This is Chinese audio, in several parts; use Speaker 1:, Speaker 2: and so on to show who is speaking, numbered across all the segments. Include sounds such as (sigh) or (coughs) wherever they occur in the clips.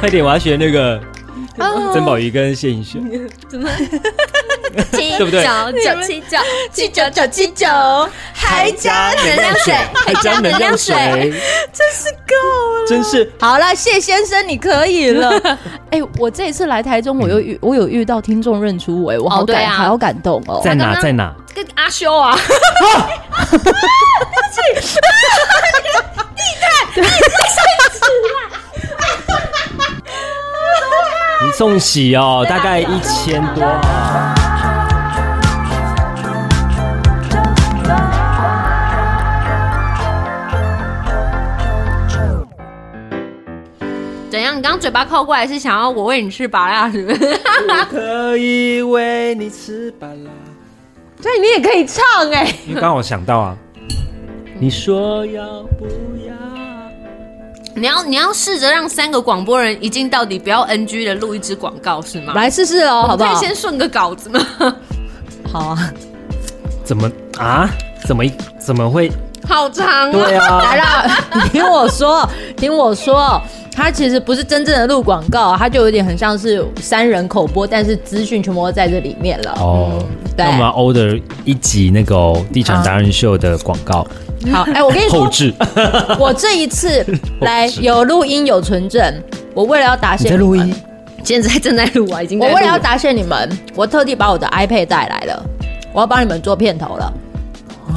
Speaker 1: 快点，我要学那个
Speaker 2: 哦
Speaker 1: 曾宝仪跟谢 (laughs) 颖轩，
Speaker 2: 怎么？ (laughs)
Speaker 1: 对不对
Speaker 2: 九九七九七九九七九，还加能量水，
Speaker 1: 还加能量水，真是够了，真是
Speaker 3: 好了，谢先生，你可以了。 (laughs) 哎、我这一次来台中，我又遇我有遇到听众认出我，哎我好
Speaker 2: 哦对
Speaker 3: 感、
Speaker 2: 啊
Speaker 3: 好感动哦。
Speaker 1: 在
Speaker 2: 刚
Speaker 1: 哪
Speaker 2: 刚
Speaker 1: 在哪？
Speaker 2: 跟阿修啊，
Speaker 1: 你送喜哦，大概一千多啊。
Speaker 2: 怎样？你刚刚嘴巴靠过来是想要我喂你啊吃拔
Speaker 3: (laughs)
Speaker 2: 辣是不是？
Speaker 1: 我可以为你吃巴拉，
Speaker 3: 对，你也可以唱哎、
Speaker 1: 因为刚好想到啊，你说要不要？
Speaker 2: 你要你要试着让三个广播人一镜到底，不要 NG 的录一支广告是吗？
Speaker 3: 来试试哦，好不
Speaker 2: 可
Speaker 3: 好
Speaker 2: 以？先顺个稿子吗？ (laughs)
Speaker 3: 好啊，
Speaker 1: 怎么啊？怎么一怎么会？
Speaker 2: 好长啊！
Speaker 1: 对
Speaker 3: 来
Speaker 1: 啊，
Speaker 3: 啦， (laughs) 你听我说，听我说。他其实不是真正的录广告，他就有点很像是三人口播，但是资讯全部都在这里面了。
Speaker 1: (laughs) 哦，
Speaker 3: 对
Speaker 1: 那我们要 order 一集那个哦地产达人秀的广告
Speaker 3: 好，哎、我跟你
Speaker 1: (laughs)
Speaker 3: 说
Speaker 1: 后，置。
Speaker 3: 我这一次来
Speaker 1: 是
Speaker 3: 有录音有存证，我为了要答谢
Speaker 1: 你在
Speaker 3: 你
Speaker 1: 录
Speaker 3: 们
Speaker 1: 音？
Speaker 2: 现在正在录啊，已经
Speaker 3: 我
Speaker 2: 在录
Speaker 3: 为了要答谢你们，我特地把我的 iPad 带来了，我要帮你们做片头了。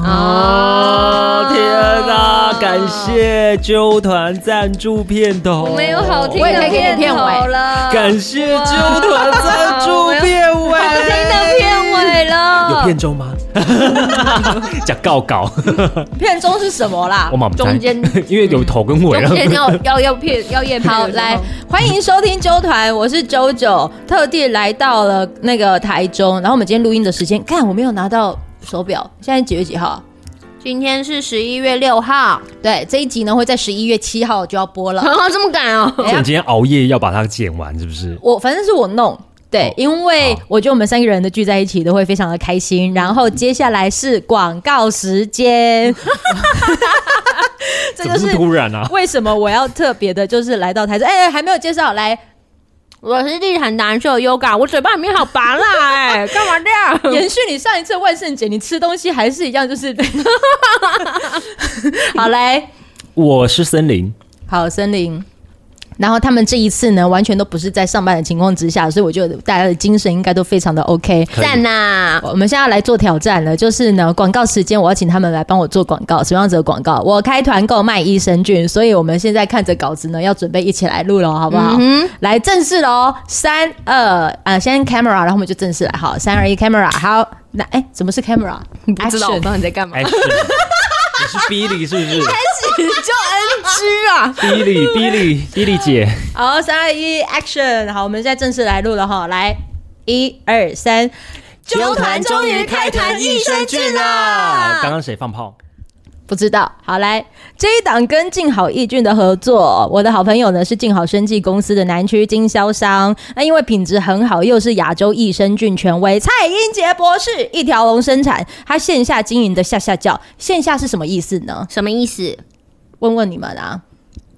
Speaker 1: 哦，天哪！感谢纠团赞助片头，
Speaker 2: 没有好听
Speaker 3: 我也可
Speaker 2: 的
Speaker 3: 以给你
Speaker 2: 片
Speaker 3: 片尾
Speaker 2: 头了，
Speaker 1: 感谢纠团赞助片尾，
Speaker 2: 好听的片尾了，
Speaker 1: 有片中吗？讲告稿，
Speaker 3: 片中是什么啦
Speaker 1: 我？马不
Speaker 2: 中间
Speaker 1: (laughs) 因为有头跟尾啊了 (laughs)
Speaker 2: 中。间要要要片要夜
Speaker 3: 好，来欢迎收听纠团，我是九九，特地来到了那个台中，然后我们今天录音的时间，看我没有拿到手表，现在几月几号啊？
Speaker 2: 今天是十一月六号， (laughs)
Speaker 3: 对，这一集呢会在十一月七号就要播 (laughs) 了。
Speaker 2: 然后这么赶哦，
Speaker 3: 哎呀
Speaker 1: 你今天熬夜要把它剪完，是不是？
Speaker 3: 我反正是我弄。对
Speaker 1: 哦，
Speaker 3: 因为
Speaker 1: 好
Speaker 3: 我觉得我们三个人的聚在一起都会非常的开心。然后接下来是广告时间，这
Speaker 1: 怎
Speaker 3: 就
Speaker 1: 么这么
Speaker 3: 是
Speaker 1: 突然啊？
Speaker 3: 为什么我要特别的，就是来到台中。哎、还没有介绍，来
Speaker 2: 我是地产达人秀的 Yoga，我嘴巴里面好拔辣 (laughs) 哎，干嘛这样？
Speaker 3: 延续你上一次万圣节，你吃东西还是一样，就是 (laughs) 好来
Speaker 1: 我是森林，
Speaker 3: 好森林。然后他们这一次呢，完全都不是在上班的情况之下，所以我觉得大家的精神应该都非常的 OK。
Speaker 1: 可以
Speaker 2: 赞呐！
Speaker 3: 我们现在要来做挑战了，就是呢，广告时间我要请他们来帮我做广告，什么样子的广告？我开团购卖益生菌，所以我们现在看着稿子呢，要准备一起来录了，好不好？
Speaker 2: 嗯
Speaker 3: 来正式喽，三二啊，先 camera，然后我们就正式来，好，三二一 camera，好，那哎，怎么是 camera？你
Speaker 2: 不知道我刚刚你在干嘛？
Speaker 1: 哎，是
Speaker 2: (laughs)
Speaker 1: 你是 Billy 是不是
Speaker 2: 你就 NG 啊！
Speaker 1: ？Billy Billy Billy 姐，
Speaker 3: 好，三二一 action，好，我们现在正式来录了哈，来一二三，
Speaker 2: 纠团终于开团益生菌啦
Speaker 1: 刚刚谁放炮？
Speaker 3: 不知道。好，来这一档跟静好益菌的合作，我的好朋友呢是静好生技公司的南区经销商。那因为品质很好，又是亚洲益生菌权威蔡英杰博士一条龙生产，他线下经营的下下叫，线下是什么意思呢？
Speaker 2: 什么意思？
Speaker 3: 问问你们啊，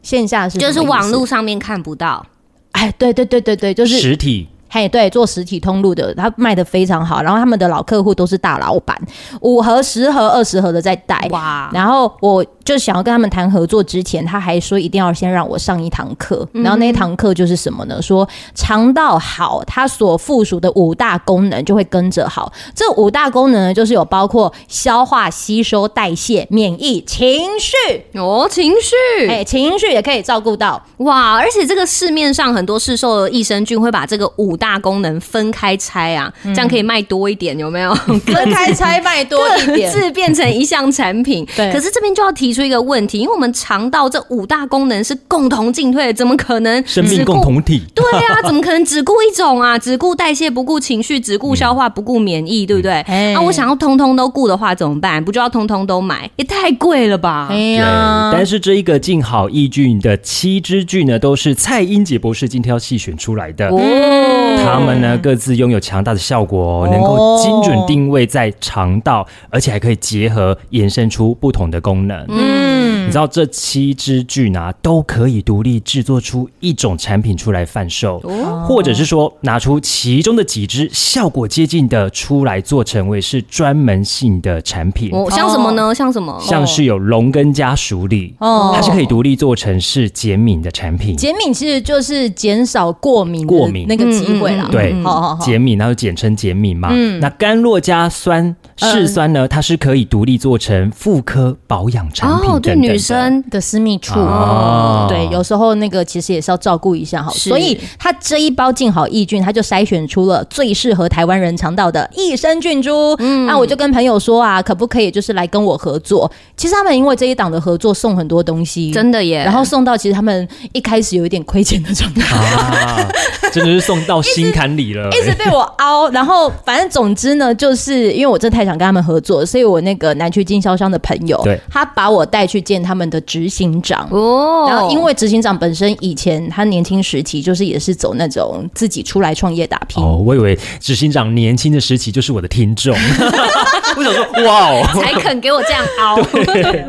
Speaker 3: 线下是什么
Speaker 2: 就
Speaker 3: 意
Speaker 2: 是
Speaker 3: 思
Speaker 2: 网络，上面看不到，
Speaker 3: 哎，对对对对对，就是
Speaker 1: 实体
Speaker 3: 嘿，对，做实体通路的，他卖的非常好，然后他们的老客户都是大老板，五盒、十盒、二十盒的在带。
Speaker 2: 哇！
Speaker 3: 然后我就想要跟他们谈合作之前，他还说一定要先让我上一堂课，
Speaker 2: 嗯
Speaker 3: 然后那一堂课就是什么呢？说肠道好，它所附属的五大功能就会跟着好。这五大功能呢，就是有包括消化、吸收、代谢、免疫、情绪，
Speaker 2: 哦，情绪
Speaker 3: 哎、情绪也可以照顾到。
Speaker 2: 哇！而且这个市面上很多市售的益生菌会把这个五大功能分开拆啊，这样可以卖多一点，有没有？
Speaker 3: 分开拆卖多一
Speaker 2: 各
Speaker 3: 点，
Speaker 2: 自 (laughs) 变成一项产品。
Speaker 3: 对
Speaker 2: 可是这边就要提出一个问题，因为我们肠道这五大功能是共同进退的，怎么可能
Speaker 1: 生命
Speaker 2: 只顾
Speaker 1: 共？同体，
Speaker 2: 对啊，怎么可能只顾一种啊？ (laughs) 只顾代谢，不顾情绪，只顾消化，不顾免疫，对不对？
Speaker 3: 哎
Speaker 2: 啊，我想要通通都顾的话怎么办？不就要通通都买？也太贵了吧！
Speaker 3: 哎
Speaker 1: 对，
Speaker 3: 呀，
Speaker 1: 但是这一个静好益菌的七支菌呢，都是蔡英杰博士精挑细选出来的。
Speaker 2: 哦
Speaker 1: 它们呢各自拥有强大的效果
Speaker 3: 哦
Speaker 1: 哦，能够精准定位在肠道，而且还可以结合衍生出不同的功能。
Speaker 2: 嗯，
Speaker 1: 你知道这七支菌啊，都可以独立制作出一种产品出来贩售，
Speaker 2: 哦
Speaker 1: 或者是说拿出其中的几支效果接近的出来做成为是专门性的产品，
Speaker 2: 哦，像什么呢？像什么？
Speaker 1: 像是有龙根加熟粒，
Speaker 3: 哦
Speaker 1: 它是可以独立做成是减敏的产品。
Speaker 3: 减敏其实就是减少过敏的
Speaker 1: 过敏嗯
Speaker 3: 那个机会啦。
Speaker 1: 对，
Speaker 3: 好好好，
Speaker 1: 减敏，然后简称减敏嘛。那甘洛加酸嗜酸呢，它是可以独立做成妇科保养产品
Speaker 2: 哦，
Speaker 1: 等
Speaker 2: 对，
Speaker 1: 等的
Speaker 2: 女生
Speaker 3: 的私密处。
Speaker 1: 哦
Speaker 3: 对，有时候那个其实也是要照顾一下哈，
Speaker 2: 是
Speaker 3: 所以它这一包进好益菌，它就筛选出了最适合台湾人肠道的益生菌株。那我就跟朋友说啊，可不可以就是来跟我合作？其实他们因为这一档的合作送很多东西，
Speaker 2: 真的耶。
Speaker 3: 然后送到其实他们一开始有一点亏欠的状态，
Speaker 1: 啊，真的是送到心坎里了。
Speaker 3: 一直被我凹，然后反正总之呢，就是因为我真的太想跟他们合作，所以我那个南区经销商的朋友
Speaker 1: 对，
Speaker 3: 他把我带去见他们的执行长。
Speaker 2: 哦，
Speaker 3: 然后，因为执行长本身以前他年轻时期就是也是走那种自己出来创业打拼，
Speaker 1: 哦，我以为执行长年轻的时期就是我的听众， (laughs) 我想说，哇哦，
Speaker 2: 才肯给我 (laughs) 这样凹，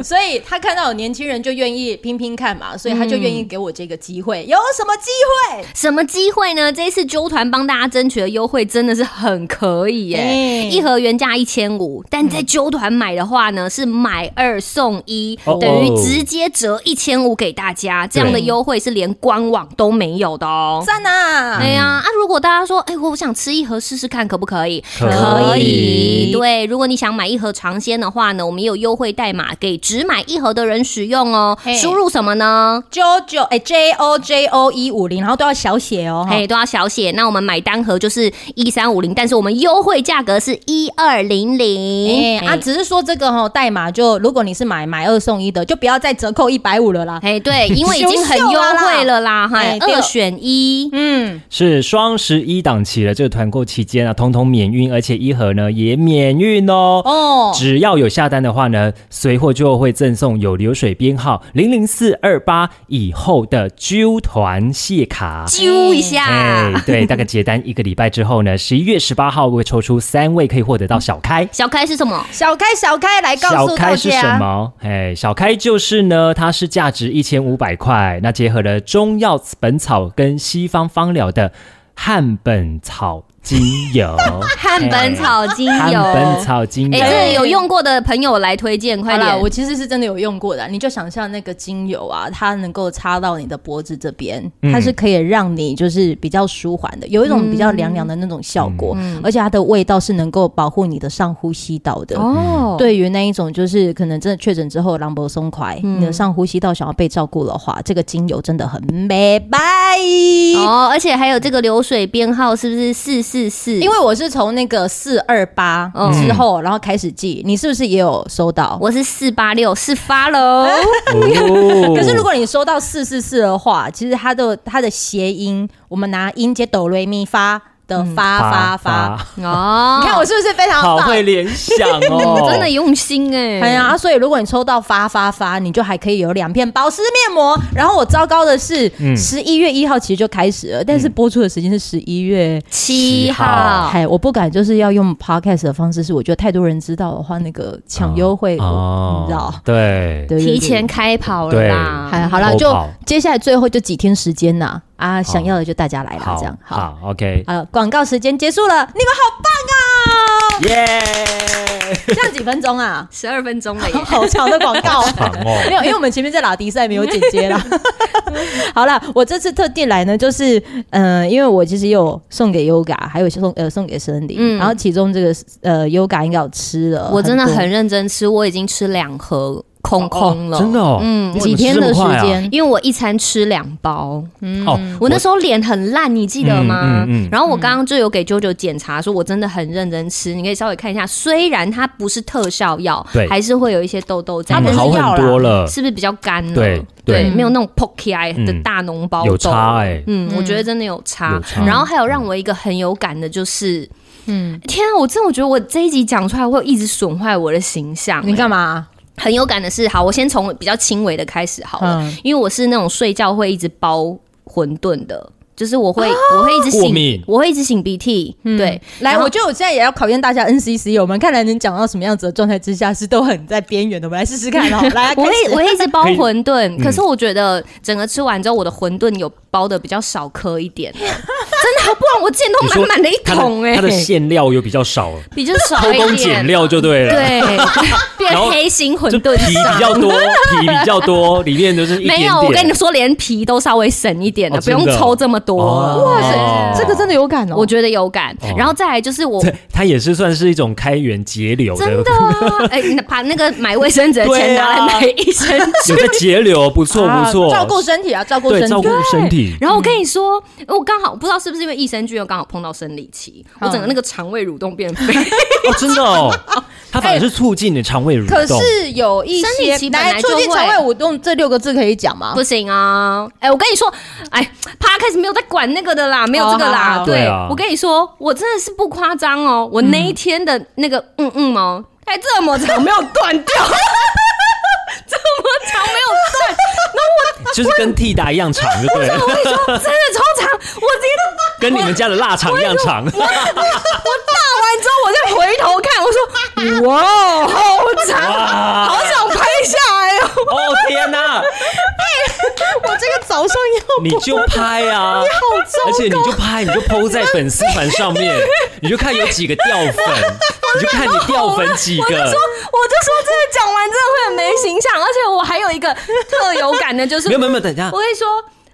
Speaker 3: 所以他看到有年轻人就愿意拼拼看嘛，所以他就愿意给我这个机会。有什么机会？
Speaker 2: 什么机会呢？这一次纠团帮大家争取的优惠真的是很可以耶、
Speaker 3: 嗯
Speaker 2: 一盒原价一千五，但在纠团买的话呢，是买二送一，
Speaker 1: 哦
Speaker 2: 等于直接折一千五给大家。这样的优惠是连官网都没有的哦。
Speaker 3: 赞啊！
Speaker 2: 对呀、啊，如果大家说，哎、我想吃一盒试试看，可不可以？
Speaker 1: 可
Speaker 3: 以
Speaker 2: 对，如果你想买一盒尝鲜的话呢，我们也有优惠代码给只买一盒的人使用哦
Speaker 3: 嘿。
Speaker 2: 输入什么呢？
Speaker 3: JoJo 哎 J O J O 一五零，然后都要小写哦。
Speaker 2: 哎、
Speaker 3: 哈
Speaker 2: 都要小写。那我们买单盒就是一三五零，但是我们优惠价格是一二零
Speaker 3: 哎、
Speaker 2: 零。
Speaker 3: 啊，只是说这个哦，代码就如果你是买买二送一的，就不要再折扣一百五了啦。
Speaker 2: 哎、对，因为已经很优惠了
Speaker 3: (laughs)
Speaker 2: 啦，哈，
Speaker 3: 哎对
Speaker 2: 二选一。
Speaker 3: 嗯，
Speaker 1: 是双十一档期了，这个团购期间啊，通通免运，而且一盒呢也免运哦。
Speaker 3: 哦，
Speaker 1: 只要有下单的话呢，随货就会赠送有流水编号零零四二八以后的揪团谢卡。
Speaker 2: 揪一下，
Speaker 1: 哎，对，大概结单一个礼拜之后呢，十一月十八号会抽出三位可以获得到小开。
Speaker 2: 小开是什么？
Speaker 3: 小开小开来告
Speaker 1: 小
Speaker 3: 诉
Speaker 1: 开
Speaker 3: 大
Speaker 1: 是什
Speaker 3: 家，
Speaker 1: 么？哎，小开就是呢，它是价值一千五百块，那结合了中药本草跟西方芳疗的汉本草精油，
Speaker 2: 汉本草精
Speaker 1: 汉
Speaker 2: 油。
Speaker 1: 本草精
Speaker 2: 哎、
Speaker 1: 油。
Speaker 2: 这有用过的朋友来推荐，快
Speaker 3: 好啦，
Speaker 2: 点！
Speaker 3: 我其实是真的有用过的，啊你就想象那个精油啊，它能够擦到你的脖子这边，它是可以让你就是比较舒缓的，有一种比较凉凉的那种效果，而且它的味道是能够保护你的上呼吸道的。
Speaker 2: 哦，
Speaker 3: 对于那一种就是可能真的确诊之后狼狈松快，你的上呼吸道想要被照顾的话，这个精油真的很美白。
Speaker 2: 哦，而且还有这个流水编号是不是四四四？
Speaker 3: 因为我是从那个四二八
Speaker 2: 嗯
Speaker 3: 之后，然后开始记，你是不是也有收到？
Speaker 2: 我是四八六，是发
Speaker 3: (laughs)
Speaker 2: 喽。
Speaker 1: 哦
Speaker 3: 可是如果你收到四四四的话，其实它的它的谐音，我们拿音节哆瑞咪发的发发发。
Speaker 2: 哦，
Speaker 3: 你看我是不是非常
Speaker 1: 好
Speaker 3: 棒？
Speaker 1: 会联想
Speaker 2: 你
Speaker 1: 哦，
Speaker 2: 真的用心哎、
Speaker 3: 哎呀、啊所以如果你抽到发发发，你就还可以有两片保湿面膜。然后我糟糕的是，
Speaker 1: 嗯
Speaker 3: 十一、月一号其实就开始了，但是播出的时间是十一月。
Speaker 2: 七号
Speaker 1: 号。
Speaker 3: 哎，我不敢，就是要用 podcast 的方式，是我觉得太多人知道的话，那个抢优惠，
Speaker 1: 哦
Speaker 3: 我你知道？
Speaker 1: 对，
Speaker 3: 对对对
Speaker 2: 提前开跑了啦，，
Speaker 3: 哎，好了，
Speaker 1: 偷
Speaker 3: 就
Speaker 1: 跑
Speaker 3: 接下来最后就几天时间呐，啊，想要的就大家来啦，
Speaker 1: 好
Speaker 3: 这样好。
Speaker 1: 好，OK，
Speaker 3: 好了，广告时间结束了，你们好棒啊！
Speaker 1: 耶，
Speaker 3: 这样几分钟啊
Speaker 2: 十二分钟了耶。
Speaker 3: (laughs) 好长的广
Speaker 1: (laughs)
Speaker 3: 告。
Speaker 1: 好哦
Speaker 3: 没有，因为我们前面在拉迪赛没有剪接啦。 (laughs) 好啦，我这次特地来呢，就是嗯、呃因为我其实也有送给 Yoga，还有送呃送给森林，
Speaker 2: 嗯
Speaker 3: 然后其中这个呃 Yoga 应该有吃了，
Speaker 2: 我真的
Speaker 3: 多
Speaker 2: 很认真吃，我已经吃两盒空空了，
Speaker 1: 真的哦，
Speaker 2: 嗯
Speaker 1: 你怎
Speaker 3: 几
Speaker 1: 么吃
Speaker 3: 天
Speaker 1: 这么
Speaker 3: 的时
Speaker 1: 快啊
Speaker 3: 间，
Speaker 2: 因为我一餐吃两包，
Speaker 3: 嗯
Speaker 1: 哦，
Speaker 2: 我那时候脸很烂，你记得吗？
Speaker 1: 嗯嗯嗯
Speaker 2: 然后我刚刚就有给啾啾检查，说我真的很认真吃，你可以稍微看一下，虽然它不是特效药，
Speaker 1: 对
Speaker 2: 还是会有一些痘痘在，
Speaker 1: 他
Speaker 2: 但
Speaker 1: 们
Speaker 2: 是
Speaker 1: 好很多了，
Speaker 2: 是不是比较干了？
Speaker 1: 对对嗯
Speaker 2: 没有那种 pocky eye 的大脓包痘，
Speaker 1: 有差哎
Speaker 2: 嗯，我觉得真的有差
Speaker 1: 有。差
Speaker 2: 然后还有让我一个很有感的就是。嗯，天啊！我真的我觉得我这一集讲出来会一直损坏我的形象、
Speaker 3: 你
Speaker 2: 嘛？
Speaker 3: 干嘛？
Speaker 2: 很有感的是，好，我先从比较轻微的开始好了，
Speaker 3: 嗯
Speaker 2: 因为我是那种睡觉会一直包馄饨的。就是我
Speaker 3: 啊
Speaker 2: 会、我会一直
Speaker 1: 过
Speaker 2: 擤
Speaker 1: 敏，
Speaker 2: 我会一直擤鼻涕，
Speaker 3: 嗯
Speaker 2: 对，
Speaker 3: 来，
Speaker 2: 然后
Speaker 3: 我觉得我现在也要考验大家 NCC，我们看来能讲到什么样子的状态之下是都很在边缘的，我们来试试看 (laughs) 哦。来，
Speaker 2: 我
Speaker 3: 开
Speaker 2: 会
Speaker 3: 始
Speaker 2: 我会一直包
Speaker 1: 可以嗯
Speaker 2: 馄饨，可是我觉得整个吃完之后，我的馄饨有包的比较少颗一
Speaker 1: (laughs)
Speaker 2: 点，真的，不然我之前
Speaker 1: 你
Speaker 2: 都
Speaker 1: 说
Speaker 2: 满满的一
Speaker 1: 它
Speaker 2: 桶哎、
Speaker 1: 它的馅料又比较少，
Speaker 2: 比较
Speaker 1: 偷
Speaker 2: 少一
Speaker 1: 工
Speaker 2: 点
Speaker 1: 减，料就对了。。
Speaker 2: 对，变
Speaker 1: 然后
Speaker 2: 黑心馄
Speaker 1: 就
Speaker 2: 饨
Speaker 1: 皮比较
Speaker 2: 上。
Speaker 1: 多，皮比较多，里面就是一点
Speaker 2: 没
Speaker 1: 点。
Speaker 2: 有，我跟你说，连皮都稍微省一点了，
Speaker 1: 哦
Speaker 2: 不用
Speaker 1: 真的哦
Speaker 2: 抽这么多。
Speaker 1: 哦哇塞
Speaker 3: 这个真的有感哦。
Speaker 2: 我觉得有感。
Speaker 1: 哦
Speaker 2: 然后再来就是我
Speaker 1: 对，它也是算是一种开源节流的，
Speaker 2: 真的啊， (laughs) 哎、你把那个买卫生纸的钱
Speaker 1: 对啊
Speaker 2: 拿来买益
Speaker 1: (laughs)
Speaker 2: 生
Speaker 1: 有
Speaker 2: 菌。
Speaker 1: 在节流，不错
Speaker 3: 啊
Speaker 1: 不错，
Speaker 3: 照顾身体啊，照顾身
Speaker 1: 对
Speaker 3: 体，
Speaker 1: 照顾身体。
Speaker 2: (laughs) 然后我跟你说，我刚好不知道是不是因为益生菌，又刚好碰到生理期，我
Speaker 3: 嗯
Speaker 2: 整个那个肠胃蠕动变肥。
Speaker 1: 哦，真的哦，它反而是促进你肠胃
Speaker 3: 可
Speaker 1: 蠕动。
Speaker 3: 是有一
Speaker 2: 生理期
Speaker 3: 些
Speaker 2: 本来
Speaker 3: 来
Speaker 2: 就
Speaker 3: 促进
Speaker 2: 会
Speaker 3: 肠胃蠕动这六个字可以讲吗？
Speaker 2: 不行啊！哎、我跟你说，哎 p 开始没有在管那个的啦，没有这个
Speaker 3: 哦好好嗯
Speaker 2: 啦。
Speaker 3: 好
Speaker 1: 对啊
Speaker 2: 我跟你说，我真的是不夸张哦，我那一天的那个嗯嗯哦，还这么长没有断掉，这么长没有断，
Speaker 1: 就是跟替达一样长，就对了，
Speaker 2: 我跟你说，真的超长，我直接。
Speaker 1: 跟你们家的腊肠一样长。
Speaker 2: 我大完之后，我再回头
Speaker 1: (laughs)
Speaker 2: 看，我说：“哇，好
Speaker 3: 啊
Speaker 2: 长，
Speaker 1: 哇！
Speaker 2: 好想拍下来哦！
Speaker 1: 哦天哪，
Speaker 3: (laughs) 我这个早上
Speaker 1: (laughs)
Speaker 3: 要
Speaker 1: 你就拍啊！而 (laughs) 且你就拍，你就 PO 在粉丝团上 (laughs) 面，你就看有几个掉粉，你就看你掉粉几
Speaker 2: 我就
Speaker 1: 个
Speaker 2: 说，。我就说，真的讲完真的会很没形象，而且我还有一个特有感的，就
Speaker 1: (laughs)
Speaker 2: 是
Speaker 1: 没有没有没有，等一下
Speaker 2: 我跟你说，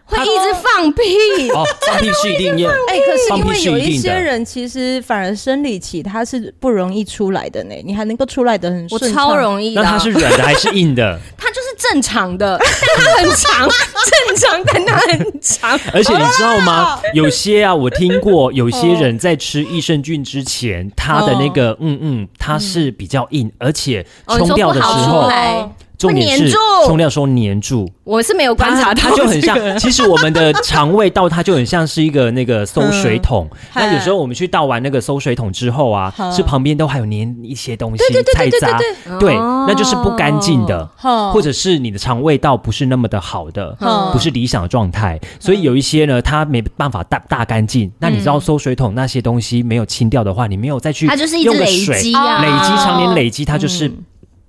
Speaker 2: 会一直放屁。
Speaker 1: 哦，放屁是一定要。
Speaker 3: 哎、可是
Speaker 1: 放
Speaker 3: 因
Speaker 1: 屁
Speaker 3: 为
Speaker 1: 是
Speaker 3: 有
Speaker 1: 一定
Speaker 3: 些
Speaker 1: 的
Speaker 2: 啊
Speaker 3: 人其实反而生理期它是不容易出来的呢，你还能够出来的很
Speaker 2: 我
Speaker 3: 顺畅。
Speaker 2: 超容易的
Speaker 1: 那
Speaker 2: 啊，
Speaker 1: 它是软的还是硬的？
Speaker 2: 它就是正常的， (laughs) 但它很长， (laughs) 正常，但它很长。
Speaker 1: 而且你知道 (laughs) 吗？有些啊，我听过有些人在吃益生菌之前，他的那个嗯嗯，它是比较硬，而且
Speaker 2: 哦你
Speaker 1: 冲
Speaker 2: 说
Speaker 1: 掉
Speaker 2: 不
Speaker 1: 的时
Speaker 2: 好出
Speaker 1: 候，
Speaker 2: 来，
Speaker 1: 重点
Speaker 2: 会粘
Speaker 1: 是
Speaker 2: 住
Speaker 1: 冲掉的时候粘住。
Speaker 2: 我是没有观察到
Speaker 1: 它就很像，其实我们的肠胃道它就很像是一个那
Speaker 3: (laughs)
Speaker 1: 个馊水桶。
Speaker 3: 嗯
Speaker 1: 那有时候我们去倒完那个馊水桶之后啊，
Speaker 3: 嗯
Speaker 1: 是旁边都还有粘一些东西，
Speaker 3: 对对
Speaker 1: 菜
Speaker 3: 对对
Speaker 1: 渣
Speaker 3: 对，
Speaker 1: 对，那就是不干净的。
Speaker 3: 哦
Speaker 1: 或者是你的肠胃道不是那么的好的，
Speaker 3: 嗯
Speaker 1: 不是理想的状态，所以有一些呢，它没办法大大干
Speaker 3: 嗯
Speaker 1: 净。那你知道馊水桶那些东西没有清掉的话，你没有再去
Speaker 2: 它就是一直
Speaker 1: 用个
Speaker 2: 累
Speaker 1: 水
Speaker 2: 积啊
Speaker 1: 累积
Speaker 3: 哦
Speaker 1: 常年累积，它就是
Speaker 3: 嗯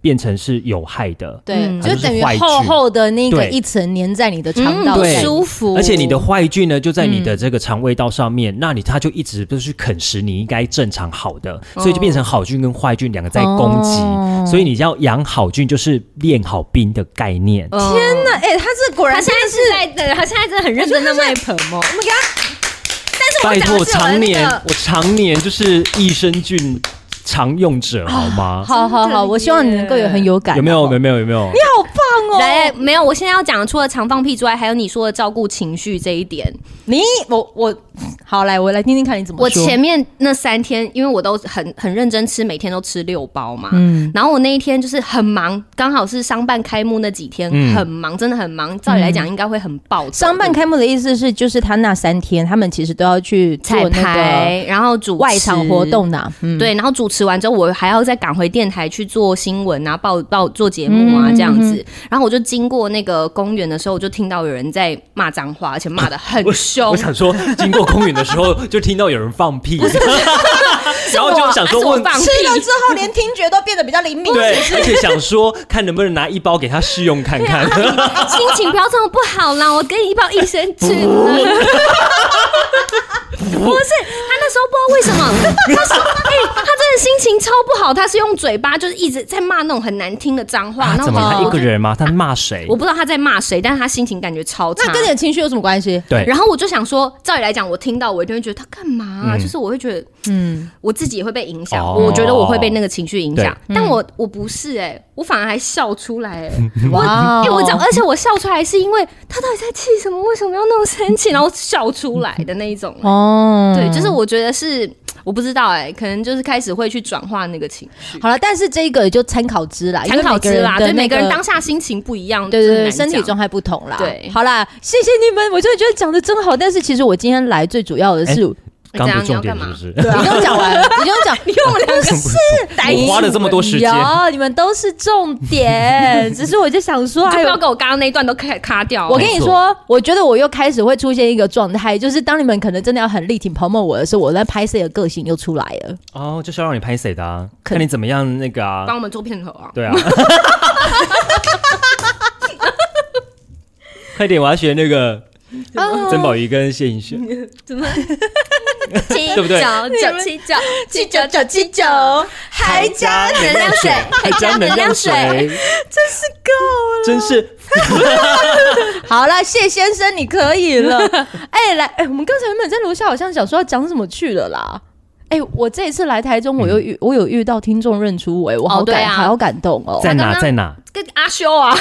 Speaker 1: 变成是有害的。
Speaker 3: 对，
Speaker 2: 嗯
Speaker 3: 就
Speaker 1: 它就是
Speaker 3: 等于
Speaker 1: 坏
Speaker 3: 厚
Speaker 1: 菌
Speaker 3: 厚的那个
Speaker 1: 对
Speaker 3: 一层粘在你的肠
Speaker 2: 嗯
Speaker 3: 道，
Speaker 2: 不
Speaker 1: 对
Speaker 2: 舒服，嗯
Speaker 1: 而且你的坏菌呢，就在你的这个肠胃道上面，那你它就一直不是去啃食你应该正常好的，
Speaker 2: 哦
Speaker 1: 所以就变成好菌跟坏菌两个在攻击，
Speaker 3: 哦
Speaker 1: 所以你要养好菌就是练好兵的概念。
Speaker 2: 天
Speaker 3: 那哎、他这果
Speaker 2: 他
Speaker 3: 然
Speaker 2: 现在是在，呃对他现在真的很认真的卖盆哦。
Speaker 3: 我们给他
Speaker 1: 拜
Speaker 2: 但是
Speaker 1: 托，
Speaker 2: 我
Speaker 1: 我
Speaker 2: 讲的是
Speaker 1: 常
Speaker 2: 我的
Speaker 1: 年
Speaker 2: 那个，
Speaker 1: 我常年就是益生菌常用者，好
Speaker 2: 哦
Speaker 1: 吗？
Speaker 3: 好好好，我希望你能够有很有感，
Speaker 1: 有没有？有
Speaker 3: 你
Speaker 1: 没有？有没有？
Speaker 3: 好棒哦！
Speaker 2: 来，没有，我现在要讲的除了常放屁之外，还有你说的照顾情绪这一点。
Speaker 3: 你我我好来，我来听听看你怎么
Speaker 2: 我
Speaker 3: 说。
Speaker 2: 前面那三天，因为我都很很认真吃，每天都吃六包嘛。
Speaker 3: 嗯
Speaker 2: 然后我那一天就是很忙，刚好是商办开幕那几天，
Speaker 1: 嗯
Speaker 2: 很忙，真的很忙。照理来讲，应该会很爆。
Speaker 3: 商办开幕的意思是，就是他那三天，他们其实都要去做那
Speaker 2: 彩排，然后主
Speaker 3: 个外场
Speaker 2: 持
Speaker 3: 活动呐、嗯，
Speaker 2: 对，然后主持完之后，我还要再赶回电台去做新闻啊、报报做节目
Speaker 1: 嗯
Speaker 2: 啊这样子。然后我就经过那个公园的时候，我就听到有人在骂脏话，而且骂的很凶
Speaker 1: (laughs) 我。想说，经过公园的时候，就听到有人放屁， (laughs) 然后就想说
Speaker 2: 是我
Speaker 1: 问
Speaker 2: 放屁
Speaker 3: 吃，了之后，连听觉都变得比较灵敏。
Speaker 1: 对，而且想说看能不能拿一包给他试用看
Speaker 2: 啊
Speaker 1: 看。
Speaker 2: (laughs) 心情不要这么不好啦，我给你一包益生
Speaker 1: (laughs)
Speaker 2: 菌啊。不是，他那时候不知道
Speaker 1: (laughs)
Speaker 2: 为什么，他说，哎、他真的心情超不好，他是用嘴巴就是一直在骂那种很难听的脏话，
Speaker 1: 啊
Speaker 2: 然后
Speaker 1: 怎么
Speaker 2: 我
Speaker 1: 他
Speaker 2: 就
Speaker 1: 一个人吗？他骂谁
Speaker 2: 我？不知道他在骂谁，但是他心情感觉超差。
Speaker 3: 那跟你的情绪有什么关系？
Speaker 1: 对，
Speaker 2: 然后我就想说，照理来讲，我听到我一定会觉得他干嘛啊、就是我会觉得，嗯，我自己也会被影响，
Speaker 1: 哦
Speaker 2: 我觉得我会被那个情绪影响，但我我不是哎、我反而还笑出来哎、
Speaker 3: 哇哦
Speaker 2: 哎、我讲，而且我笑出来是因为他到底在气什么？为什么要那么生气？然后笑出来的那一种。
Speaker 3: 哦，
Speaker 2: 对，就是我觉得是，我不知道哎、可能就是开始会去转化那个情绪，
Speaker 3: 好了，但是这一个也就参考之啦，
Speaker 2: 参考之啦，
Speaker 3: 因
Speaker 2: 对
Speaker 3: 为
Speaker 2: 每
Speaker 3: 每
Speaker 2: 个
Speaker 3: 个
Speaker 2: 人
Speaker 3: 人
Speaker 2: 当下心情不一样，
Speaker 3: 对对对，
Speaker 2: 就是难
Speaker 3: 身体
Speaker 2: 讲
Speaker 3: 状态不同啦。
Speaker 2: 对哎
Speaker 3: 好啦，谢谢你们，我真的觉得讲的真好，但是其实我今天来最主要的是。
Speaker 1: 刚
Speaker 2: 这
Speaker 1: 不
Speaker 2: 样
Speaker 1: 是重点是
Speaker 2: 你要干
Speaker 1: 不
Speaker 2: 嘛
Speaker 1: 是？
Speaker 3: 你
Speaker 1: (laughs)
Speaker 3: 不
Speaker 2: 啊
Speaker 3: 用讲完，你不用
Speaker 2: (laughs)
Speaker 3: 讲，
Speaker 2: 你用我两个
Speaker 1: 不是我花了这么多时间，
Speaker 3: 有你们都是重
Speaker 2: (laughs)
Speaker 3: 点，只是我就想说，
Speaker 2: 就
Speaker 3: 还
Speaker 2: 不
Speaker 3: 有
Speaker 2: 要给我刚刚那一段都卡卡掉。啊
Speaker 3: 我跟你说，我觉得我又开始会出现一个状态，就是当你们可能真的要很力挺 promo 我的时候，我在拍摄的个性又出来了。
Speaker 1: 哦，就是要让你拍谁的啊？
Speaker 3: 可
Speaker 1: 看你怎么样那个啊
Speaker 2: 帮。我们做片头啊，
Speaker 1: 对啊。 (laughs) 快点，我要学那个
Speaker 3: 哦，
Speaker 1: 曾宝仪跟谢颖轩。
Speaker 2: 怎么？ (laughs)
Speaker 4: 七
Speaker 1: 对不对
Speaker 4: 九九七九
Speaker 3: 七九九七九，
Speaker 4: 还加能量水，还加能量水，
Speaker 3: (laughs)
Speaker 1: 真是够了，真是
Speaker 3: 好了，谢先生，你可
Speaker 1: (laughs)
Speaker 3: 以了。哎、来，哎、我们刚才原本在楼下好像想说要讲什么去了啦。哎、我这一次来台中，我
Speaker 1: 嗯
Speaker 3: 又遇、我有遇到听众认出我、哎，我好
Speaker 2: 哦对
Speaker 3: 感、
Speaker 2: 啊
Speaker 3: 好感动哦。
Speaker 1: 在
Speaker 2: 刚
Speaker 1: 哪
Speaker 2: 刚
Speaker 1: 在哪？
Speaker 2: 跟阿修啊，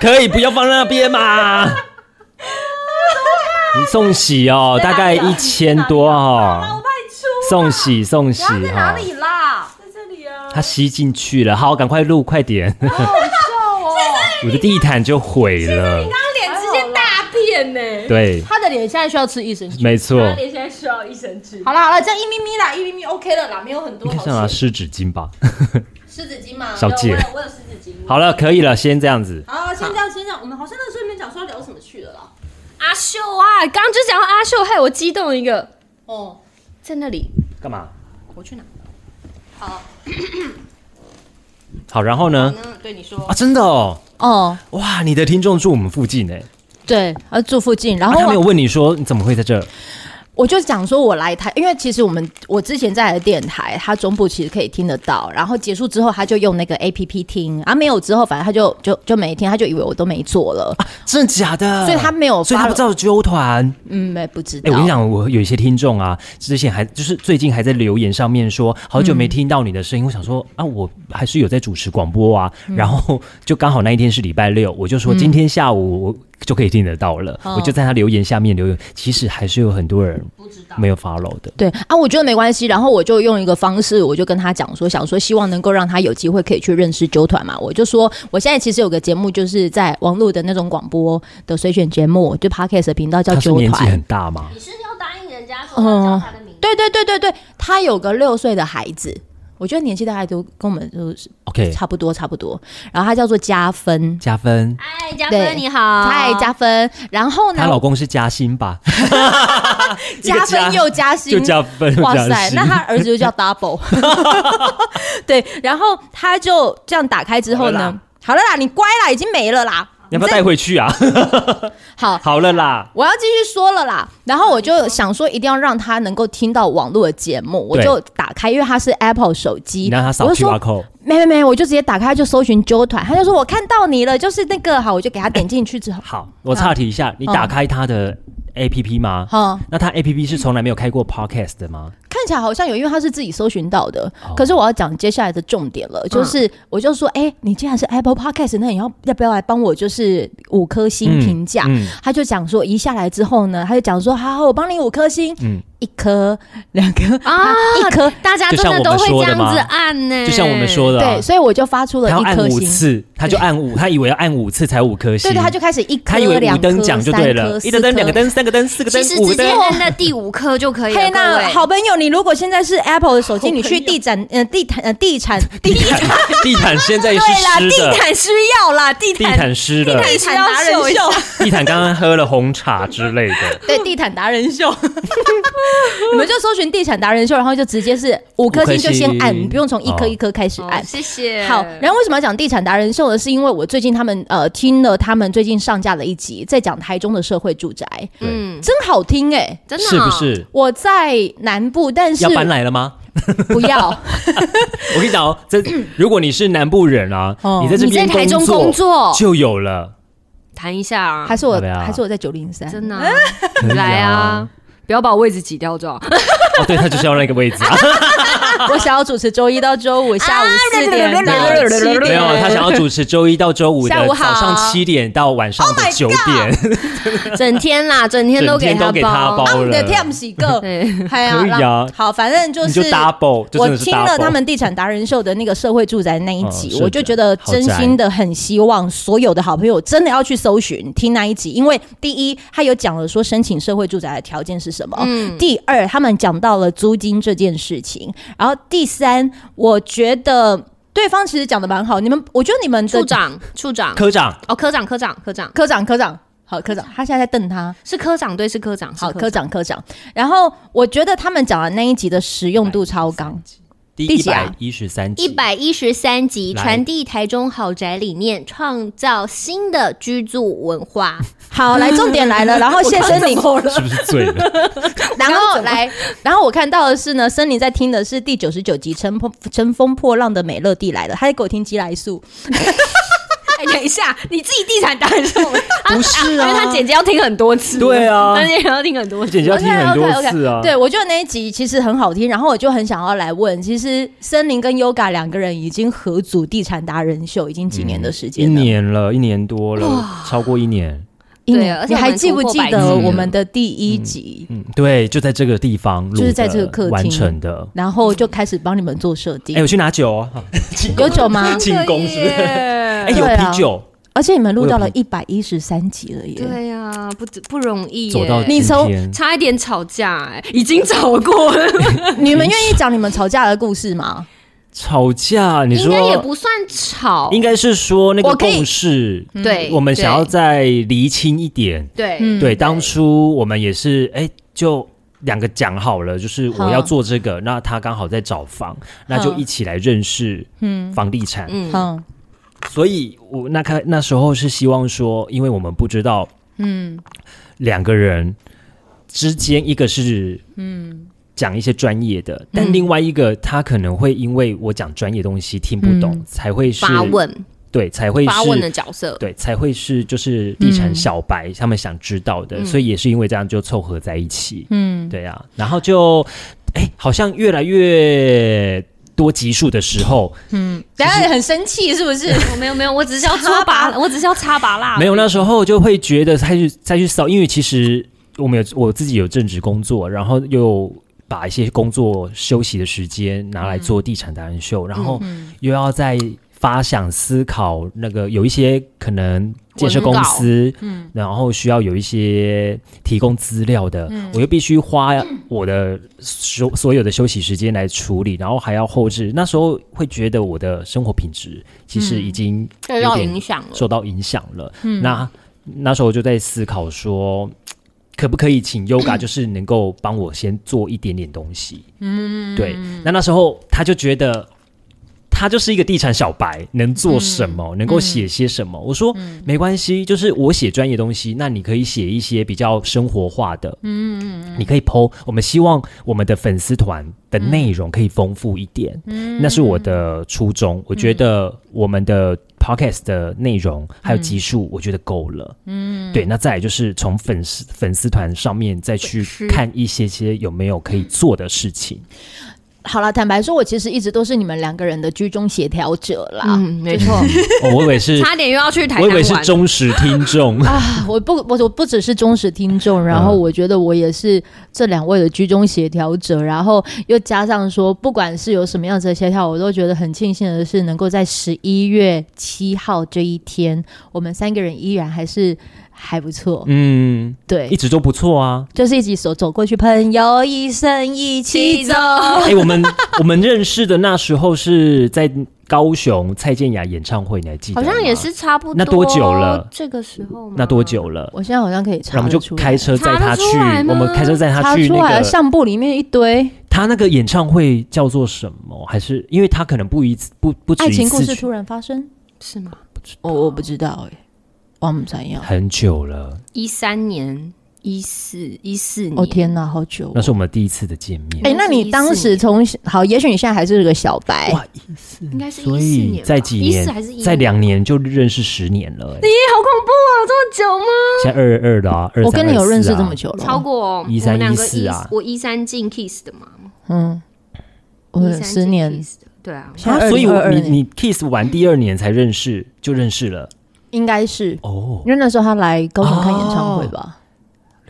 Speaker 1: 可以不要放那边
Speaker 2: (laughs)
Speaker 1: 嘛？你送喜哦，
Speaker 2: 啊
Speaker 1: 大概一千多哦。送喜送喜
Speaker 2: 在
Speaker 1: 哈
Speaker 2: 哪，里啦？
Speaker 1: 它吸进去了。好，赶快录，快
Speaker 2: (laughs)
Speaker 1: 点！
Speaker 2: 哦
Speaker 1: (laughs) 我的地毯就毁了。
Speaker 2: 他脸直接大变呢。
Speaker 1: 对，
Speaker 3: 他的脸现在需要吃益生菌。
Speaker 1: 没错。
Speaker 2: 现在需要益生菌。
Speaker 3: 好了好了，这样一咪咪啦，一咪咪 OK 了啦，没有很多
Speaker 1: 应该是拿湿纸巾吧， (laughs)
Speaker 3: 湿纸巾嘛
Speaker 1: 小姐。
Speaker 3: 我有湿纸巾。
Speaker 1: 好了，可以了，先这样子。
Speaker 3: 好，先这样，先这样。我们好像那时候没讲说要聊什么去了啦。
Speaker 2: 阿秀啊，刚刚就讲到阿秀，害我激动一个，
Speaker 3: 哦，
Speaker 2: 在那里，
Speaker 1: 干嘛？
Speaker 2: 我去哪？
Speaker 1: (coughs) 好，然后呢？
Speaker 2: 嗯，对你说
Speaker 1: 啊，，真的哦，
Speaker 3: 哦，
Speaker 1: 哇，你的听众住我们附近哎、
Speaker 3: 对，呃，住附近，然
Speaker 2: 哦
Speaker 1: 啊
Speaker 3: 后
Speaker 1: 他没有
Speaker 3: 我,、
Speaker 1: 问你说你怎么会在这儿？
Speaker 3: 就讲说我来台，因为其实我们我之前在的电台，它中部其实可以听得到，然后结束之后他就用那个 A P P 听，啊没有之后反正他就就就没听，他就以为我都没做了，
Speaker 1: 真的假的？
Speaker 3: 所以他没有
Speaker 1: 所以他
Speaker 3: follow
Speaker 1: 不知道纠团。
Speaker 3: 嗯，没不知
Speaker 1: 哎、
Speaker 3: 道。
Speaker 1: 我跟你讲，我有一些听众啊，之前还就是最近还在留言上面说，好久没听到你的声音，我想说啊，我还是有在主持广播啊，
Speaker 3: 嗯
Speaker 1: 然后就刚好那一天是礼拜六，我就说今天下午我就可以听得到了，
Speaker 3: 嗯哦
Speaker 1: 我就在他留言下面留言，其实还是有很多人没有 follow 的。
Speaker 3: 对啊，我觉得没关系。然后我就用一个方式，我就跟他讲说，想说希望能够让他有机会可以去认识纠团嘛。我就说，我现在其实有个节目，就是在网络的那种广播的随选节目，就 podcast 的频道叫
Speaker 1: 他是
Speaker 3: 纠
Speaker 1: 年纪
Speaker 3: 团
Speaker 1: 很。大吗？
Speaker 4: 你是要答应人家说要叫他的名
Speaker 3: 哦
Speaker 4: 字，
Speaker 3: 对对对对对，他有个六岁的孩子，我觉得年纪大概都跟我们都是 (laughs)
Speaker 1: OK，
Speaker 3: 差不多差不多。然后他叫做加分，
Speaker 1: 加分。
Speaker 4: 哎，嘉
Speaker 3: 对
Speaker 4: 芬你好，
Speaker 3: 嗨加分。然后
Speaker 1: 她
Speaker 3: 呢，
Speaker 1: 老公是加薪吧？一
Speaker 3: (laughs) 加
Speaker 1: 个
Speaker 3: 分又加薪，
Speaker 1: (laughs) 就加分，
Speaker 3: 哇
Speaker 1: 又加
Speaker 3: 塞，
Speaker 1: 薪
Speaker 3: 那他儿子就
Speaker 1: (laughs)
Speaker 3: 叫 double，对，然后他就这样打开之后
Speaker 1: 好了
Speaker 3: 呢
Speaker 1: 啦，
Speaker 3: 好了啦，你乖啦，已经没了啦，
Speaker 1: 你要不要带回去啊？
Speaker 3: (laughs) 好。
Speaker 1: 好了啦，
Speaker 3: 我要继续说了啦，然后我就想说，一定要让他能够听到网络的节目，我
Speaker 1: 对
Speaker 3: 就打开，因为他是 Apple 手机，
Speaker 1: 你让他扫
Speaker 3: 我就
Speaker 1: QR
Speaker 3: 说
Speaker 1: code，
Speaker 3: 没没没，我就直接打开就搜寻纠团，他就说我看到你了，就是那个好，我就给他点进去之后，
Speaker 1: 好，我岔题一下，你打开他的 APP 吗？
Speaker 3: 啊嗯好、
Speaker 1: 那他 APP 是从来没有开过 Podcast 的吗？
Speaker 3: 看起来好像有，因为他是自己搜寻到的。
Speaker 1: 哦嗯
Speaker 3: 可是我要讲接下来的重点了，就是我就说，哎、你既然是 Apple Podcast，那你要要不要来帮我就是五颗星评价？
Speaker 1: 嗯嗯
Speaker 3: 他就讲说，一下来之后呢，他就讲说，好好，我帮你五颗星，
Speaker 1: 嗯
Speaker 3: 一颗、两颗
Speaker 2: 啊
Speaker 3: 一颗，
Speaker 2: 大家真的都会这样子按呢、
Speaker 1: 就像我们说的啊，
Speaker 3: 嗯对，所以我就发出了
Speaker 1: 他要
Speaker 3: 一
Speaker 1: 按
Speaker 3: 颗
Speaker 1: 五
Speaker 3: 星。
Speaker 1: 次，他就按五，他以为要按五次才五颗星，
Speaker 3: 对对，他就开始一颗
Speaker 1: 他以为、五
Speaker 3: 两颗、
Speaker 1: 等奖就对了，
Speaker 3: 三颗
Speaker 1: 一个灯、两个。
Speaker 3: 四颗
Speaker 1: 灯、三个灯、四个灯
Speaker 4: 其实、
Speaker 1: 五个
Speaker 4: 直接
Speaker 1: 灯。
Speaker 4: 按那第五颗就可以了，
Speaker 3: 嘿，
Speaker 4: 各
Speaker 3: 那
Speaker 4: 位
Speaker 3: 好朋友，你如果现在是 Apple 的手机，
Speaker 2: 好朋
Speaker 3: 你
Speaker 2: 友
Speaker 3: 去地产呃地产呃地产 (laughs) 地
Speaker 1: 地毯，地毯现在是
Speaker 4: 对啦，
Speaker 1: 湿
Speaker 4: 地
Speaker 1: 的，
Speaker 4: 毯需要啦，地
Speaker 1: 地
Speaker 4: 毯
Speaker 1: 毯湿的，
Speaker 4: 地
Speaker 3: 产
Speaker 4: 毯
Speaker 3: 达
Speaker 4: 达
Speaker 3: 人
Speaker 4: 人
Speaker 3: 秀
Speaker 4: 秀，
Speaker 1: 地毯刚刚喝了红茶之类的，
Speaker 3: (laughs) 对地产达人 (laughs) 秀，你们就搜寻地产达人秀，然后就直接是五颗星就先
Speaker 1: 五
Speaker 3: 按，
Speaker 1: 颗星
Speaker 3: 你不用从一颗一颗开始按
Speaker 4: 哦。谢谢。
Speaker 3: 好，然后为什么要讲地产达人秀呢？是因为我最近他们呃听了他们最近上架了一集，在讲台中的社会住宅，
Speaker 1: 嗯，
Speaker 3: 真好听哎、
Speaker 4: 真的、哦、
Speaker 1: 是不？是
Speaker 3: 我在南部，但是
Speaker 1: 要搬来了吗？
Speaker 3: 不
Speaker 1: (laughs)
Speaker 3: 要，
Speaker 1: 我跟你讲哦，
Speaker 3: (clears throat)
Speaker 1: 这如果你是南部人啊
Speaker 3: 哦，
Speaker 1: 你在这
Speaker 4: 你在
Speaker 1: 边
Speaker 4: 台中工作，
Speaker 1: 就有了，
Speaker 4: 谈一下啊
Speaker 3: 还，是我
Speaker 1: 要不要
Speaker 3: 还是我在九零三，
Speaker 4: 真的啊、
Speaker 1: 哎可以
Speaker 2: (laughs)
Speaker 4: 来啊，！不要把我位置挤掉就好。
Speaker 3: (laughs)
Speaker 1: 哦，对，他就是要那个位置啊，
Speaker 3: 我想要主持周一到周五下午四点到七
Speaker 1: 没有，啊他
Speaker 3: 点，
Speaker 1: 想要主持周一到周五
Speaker 2: 下
Speaker 1: 的
Speaker 2: 午
Speaker 1: 早
Speaker 3: 啊
Speaker 2: 好
Speaker 1: 上七点到晚上的九
Speaker 3: Oh
Speaker 1: 点，
Speaker 2: 整天啦，整天都
Speaker 1: 整
Speaker 2: 给
Speaker 1: 天
Speaker 2: 他
Speaker 1: 都给他包
Speaker 2: 包。
Speaker 3: 你的
Speaker 1: 了，
Speaker 3: 跳喜个，
Speaker 2: 对，
Speaker 3: 哎呀
Speaker 1: 可以啊
Speaker 3: 让好，反正
Speaker 1: (laughs)
Speaker 3: 就
Speaker 1: 你
Speaker 3: 是
Speaker 1: 就 double，就
Speaker 3: 我
Speaker 1: 真的是
Speaker 3: 听了
Speaker 1: double
Speaker 3: 他们地产达人秀的那个社会住宅那一集，
Speaker 1: 嗯
Speaker 3: 我就觉得真心的很希望所有的好朋友真的要去搜寻听那一集，因为第一，他有讲了说申请社会住宅的条件是什么；第二，他们讲到了租金这件事情；然后第三，我觉得对方其实讲的蛮好，你们，我觉得你们的
Speaker 2: 处长，处长，
Speaker 1: 科长，
Speaker 2: 哦，科长，科长，科长
Speaker 3: 科长，科长。好，科长，他现在在瞪他。
Speaker 2: 是科长，对，是科长，是
Speaker 3: 好，科长，科长。然后我觉得他们讲的那一集的实用度超
Speaker 2: (laughs)
Speaker 3: 高，
Speaker 1: 第
Speaker 3: 第
Speaker 1: 一
Speaker 3: 几啊
Speaker 1: 百一十三
Speaker 2: 一
Speaker 1: 集，
Speaker 2: 百一十三集，
Speaker 1: 来
Speaker 2: 传递台中豪宅理念，创造新的居住文化。
Speaker 3: 好，来重点
Speaker 2: (laughs)
Speaker 3: 来了，然后谢森林， (laughs)
Speaker 1: 是不是醉了？
Speaker 3: 然
Speaker 2: 刚
Speaker 3: 后
Speaker 2: 怎么
Speaker 3: 来，然后我看到的是呢，森林在听的是第九十九集《乘风乘风破浪的美乐蒂来了》，他在给我听《基来素》，
Speaker 2: (laughs) 哎，等一下，你自己地产达人秀， (laughs)
Speaker 1: 不是啊
Speaker 2: 因为他剪辑要听很多次，
Speaker 1: 对啊
Speaker 2: 他剪辑要听很多次，
Speaker 1: 简直要听很多
Speaker 3: OK，OK，OK，
Speaker 1: 次啊！
Speaker 3: 对我觉得那一集其实很好听，然后我就很想要来问，其实森林跟 Yoga 两个人已经合组地产达人秀已经几年的时
Speaker 1: 一
Speaker 3: 间了，
Speaker 1: 年了，一年多了，超过一年。
Speaker 3: 一
Speaker 2: 嗯对而
Speaker 3: 你
Speaker 2: 且我们
Speaker 3: 还记不记
Speaker 2: 突破
Speaker 3: 得
Speaker 2: 百
Speaker 1: 集
Speaker 3: 我们的第一集？
Speaker 1: 嗯，对，就在这个地方录的，
Speaker 3: 就是在这个客厅
Speaker 1: 完成的。
Speaker 3: 然后就开始帮你们做设
Speaker 1: 哎、
Speaker 3: 定，
Speaker 2: 嗯
Speaker 1: 我去拿酒哦，
Speaker 3: 有酒吗？
Speaker 1: 进攻是不是？哎、
Speaker 2: 是？
Speaker 1: 有
Speaker 3: 哎对啊
Speaker 1: 啤酒，
Speaker 3: 而且你们录到了
Speaker 1: 我有
Speaker 3: 一百一十三集了耶！
Speaker 2: 对呀，不不容易耶，
Speaker 1: 走到
Speaker 3: 你
Speaker 1: 今
Speaker 3: 从
Speaker 1: 天，
Speaker 2: 差一点吵架，哎，已经吵过了，
Speaker 3: 你们愿意讲你们吵架的故事吗？
Speaker 1: 吵架，你
Speaker 2: 应
Speaker 1: 说
Speaker 2: 该也不算吵，
Speaker 1: 应该是说那
Speaker 2: 我
Speaker 1: 个
Speaker 2: 可以嗯
Speaker 1: 共识，
Speaker 2: 对，
Speaker 1: 我们想要
Speaker 2: 对
Speaker 1: 再厘清一点。
Speaker 2: 对
Speaker 3: 嗯
Speaker 1: 对，当初我们也是，哎、就两个讲好了，就是我要做这个，那他刚好在找房，那就一起来认识房地产。
Speaker 2: 嗯
Speaker 3: 嗯，
Speaker 1: 所以我那开那时候是希望说，因为我们不知道，嗯，两个人之间一个是嗯。讲一些专业的，
Speaker 2: 嗯
Speaker 1: 但另外一个他可能会因为我讲专业东西听不懂，
Speaker 3: 嗯
Speaker 1: 才会是
Speaker 2: 发问
Speaker 1: 对，才会是
Speaker 2: 发问的嗯角色，
Speaker 1: 对，才会是就是地产小白、他们想知道
Speaker 2: 嗯
Speaker 1: 的，所以也是因为这样就凑合在一起。嗯，对啊，然后就哎，好像越来越多集数的时候，
Speaker 3: 等下很生气是不是？
Speaker 2: 我没有没有，我只是要插拔，我只是要插拔蜡，
Speaker 1: 没有那时候就会觉得再去再去扫，因为其实我们有我自己有正职工作，然后又。把一些工作休息的时间拿来做地产达人秀，然后又要再发想思考那个有一些可能建设公司，嗯，然后需要有一些提供资料的，我又必须花我的所所有的休息时间来处理，然后还要后置。那时候会觉得我的生活品质其实已经
Speaker 2: 受
Speaker 1: 有
Speaker 2: 到
Speaker 1: 点
Speaker 2: 影响了，嗯
Speaker 1: 受到影响了。那那时候我就在思考说，可不可以请
Speaker 2: (coughs)
Speaker 1: Yoga 就是能够帮我先做一点点东西？嗯，对。那那时候他就觉得。他就是一个地产小白，能做什么？
Speaker 2: 嗯
Speaker 1: 能够写些什么？我说、没关系，就是我写专业东西，那你可以写一些比较生活化的，你可以剖，我们希望我们的粉丝团的内容可以丰富一点，
Speaker 2: 嗯
Speaker 1: 那是我的初衷。我觉得我们的 podcast 的内容还有集数，我觉得够了。嗯，对，那再来就是从粉丝粉丝团上面再去看一些些有没有可以做的事
Speaker 2: (laughs)
Speaker 1: 情。
Speaker 3: (laughs) 好了，坦白说，我其实一直都是你们两个人的居中协调者啦。
Speaker 2: 嗯，没错，
Speaker 1: 哦，我以为是，
Speaker 2: 差点又要去
Speaker 1: 我
Speaker 2: 台
Speaker 1: 以
Speaker 2: 南
Speaker 1: 为
Speaker 2: 玩
Speaker 1: 是忠实听众。
Speaker 2: (laughs)
Speaker 3: 啊，我不，我我不只是忠实听众，然后
Speaker 1: 嗯
Speaker 3: 我觉得我也是这两位的居中协调者，然后又加上说，不管是有什么样子的协调，我都觉得很庆幸的是，能够在十一月七号这一天，我们三个人依然还是还不错，
Speaker 1: 嗯，一
Speaker 3: 对，
Speaker 1: 直都不错啊。
Speaker 3: 就是一起走走过去，朋友一生一起走。
Speaker 2: 哦
Speaker 1: 哎、我们 (laughs) 我们认识的那时候是在高雄蔡健雅演唱会，你还记得
Speaker 2: 好
Speaker 1: 吗？
Speaker 2: 像也是差不多。
Speaker 1: 那多久了
Speaker 2: 这个时候吗
Speaker 1: 那多？久了？
Speaker 3: 我现在好像可以查
Speaker 1: 然后我们
Speaker 3: 得
Speaker 1: 就
Speaker 3: 出来
Speaker 1: 开车载他去
Speaker 2: 查得出来，吗
Speaker 1: 我们开车载
Speaker 3: 查
Speaker 1: 他去
Speaker 3: 出来
Speaker 1: 那
Speaker 3: 了，
Speaker 1: 个
Speaker 3: 相簿里面一堆
Speaker 1: 他那个演唱会叫做什么？还是因为他可能不一次不不止
Speaker 3: 爱
Speaker 1: 一
Speaker 3: 情故
Speaker 1: 次
Speaker 3: 事
Speaker 1: 去，
Speaker 3: 突然发生，
Speaker 2: 是吗？
Speaker 3: 我我不知道哎、我们怎样？
Speaker 1: 很久了，
Speaker 2: 一三年、一四、一四年。
Speaker 3: 哦天哪，好久、
Speaker 1: 那
Speaker 3: 哦！
Speaker 1: 是我们第一次的见面。
Speaker 3: 哎、那你当时从好，也许你现在还是个小白，
Speaker 1: 哇，一四
Speaker 2: 应该是
Speaker 1: 嗯所
Speaker 2: 14
Speaker 1: 以
Speaker 2: 年吧
Speaker 1: 在几
Speaker 2: 14还是
Speaker 1: 年，
Speaker 2: 14
Speaker 1: 在两年就认识十年了、哎
Speaker 2: 咦，好恐怖啊！这么久吗？
Speaker 1: 现在二十二了啊，二
Speaker 3: 我跟你有认识这么久了，
Speaker 2: 超过
Speaker 1: 13
Speaker 2: 我们两个
Speaker 1: 14啊
Speaker 2: 我一三进 Kiss 的嘛。
Speaker 3: 嗯，我
Speaker 2: 13
Speaker 3: 十年，
Speaker 2: kiss 的，对啊，
Speaker 3: 现
Speaker 1: 啊
Speaker 3: 在
Speaker 1: 所以我
Speaker 3: 2022
Speaker 1: 你
Speaker 3: 年
Speaker 1: 你 kiss 完第二年才认识，就认识了
Speaker 3: 应该是，哦
Speaker 1: 哦。
Speaker 3: 因为那时候他来高雄看演唱会吧。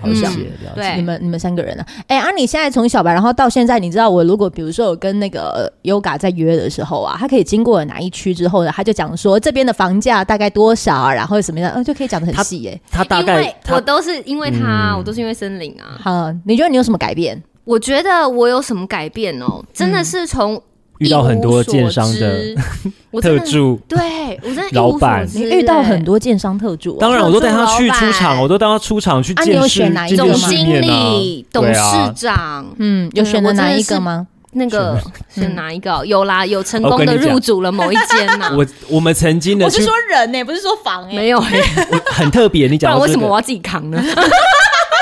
Speaker 1: 了解了解，
Speaker 2: 对，
Speaker 3: 你们你们三个人啊，哎、啊，你现在从小白，然后到现在，你知道我如果比如说我跟那个呃 Yoga 在约的时候啊，他可以经过了哪一区之后呢，他就讲说这边的房价大概多少啊，然后什么样，呃，就可以讲的很细耶、
Speaker 1: 他大
Speaker 2: 因
Speaker 1: 概
Speaker 2: 为我
Speaker 1: 他
Speaker 2: 都是因为他啊，
Speaker 1: 嗯
Speaker 2: 我都是因为森林啊。
Speaker 3: 好，你觉得你有什么改变？
Speaker 2: 我觉得我有什么改变哦？真的是从
Speaker 1: 嗯遇到很多建商
Speaker 2: 一无所
Speaker 1: 的
Speaker 2: 知，
Speaker 1: (laughs)
Speaker 2: 我真
Speaker 1: 特
Speaker 2: 的
Speaker 1: 助，
Speaker 2: 对我真的一
Speaker 1: 老
Speaker 2: 无所
Speaker 1: 板
Speaker 2: 知
Speaker 3: 你
Speaker 2: 欸，
Speaker 3: 遇到很多建商特助、啊，
Speaker 1: 当然我都带他去
Speaker 2: 特助
Speaker 1: 出
Speaker 2: 老
Speaker 1: 场，
Speaker 2: 板
Speaker 1: 我都带他出场去
Speaker 3: 啊你有
Speaker 1: 见识
Speaker 3: 选哪一
Speaker 1: 见
Speaker 3: 个
Speaker 2: 总
Speaker 1: 识
Speaker 3: 吗
Speaker 1: 世
Speaker 2: 经
Speaker 1: 面啊
Speaker 2: 理、董
Speaker 1: 对啊
Speaker 2: 事长，
Speaker 3: 嗯，有选了哪一个吗？
Speaker 2: 那个是
Speaker 3: 嗯
Speaker 2: 哪一个哦？有啦，有成
Speaker 1: 我
Speaker 2: 功
Speaker 1: 跟
Speaker 2: 的
Speaker 1: 你讲
Speaker 2: 入主了某一间
Speaker 1: (laughs)
Speaker 2: 呐。
Speaker 1: 我我们曾经的去
Speaker 3: 人呢、不是说房哎、
Speaker 2: 没有欸，
Speaker 1: 很特别，你
Speaker 2: (laughs) 不
Speaker 1: 讲
Speaker 2: 然
Speaker 1: 到
Speaker 2: 为
Speaker 1: 这
Speaker 2: 什么
Speaker 1: 个
Speaker 2: 我要自己扛呢？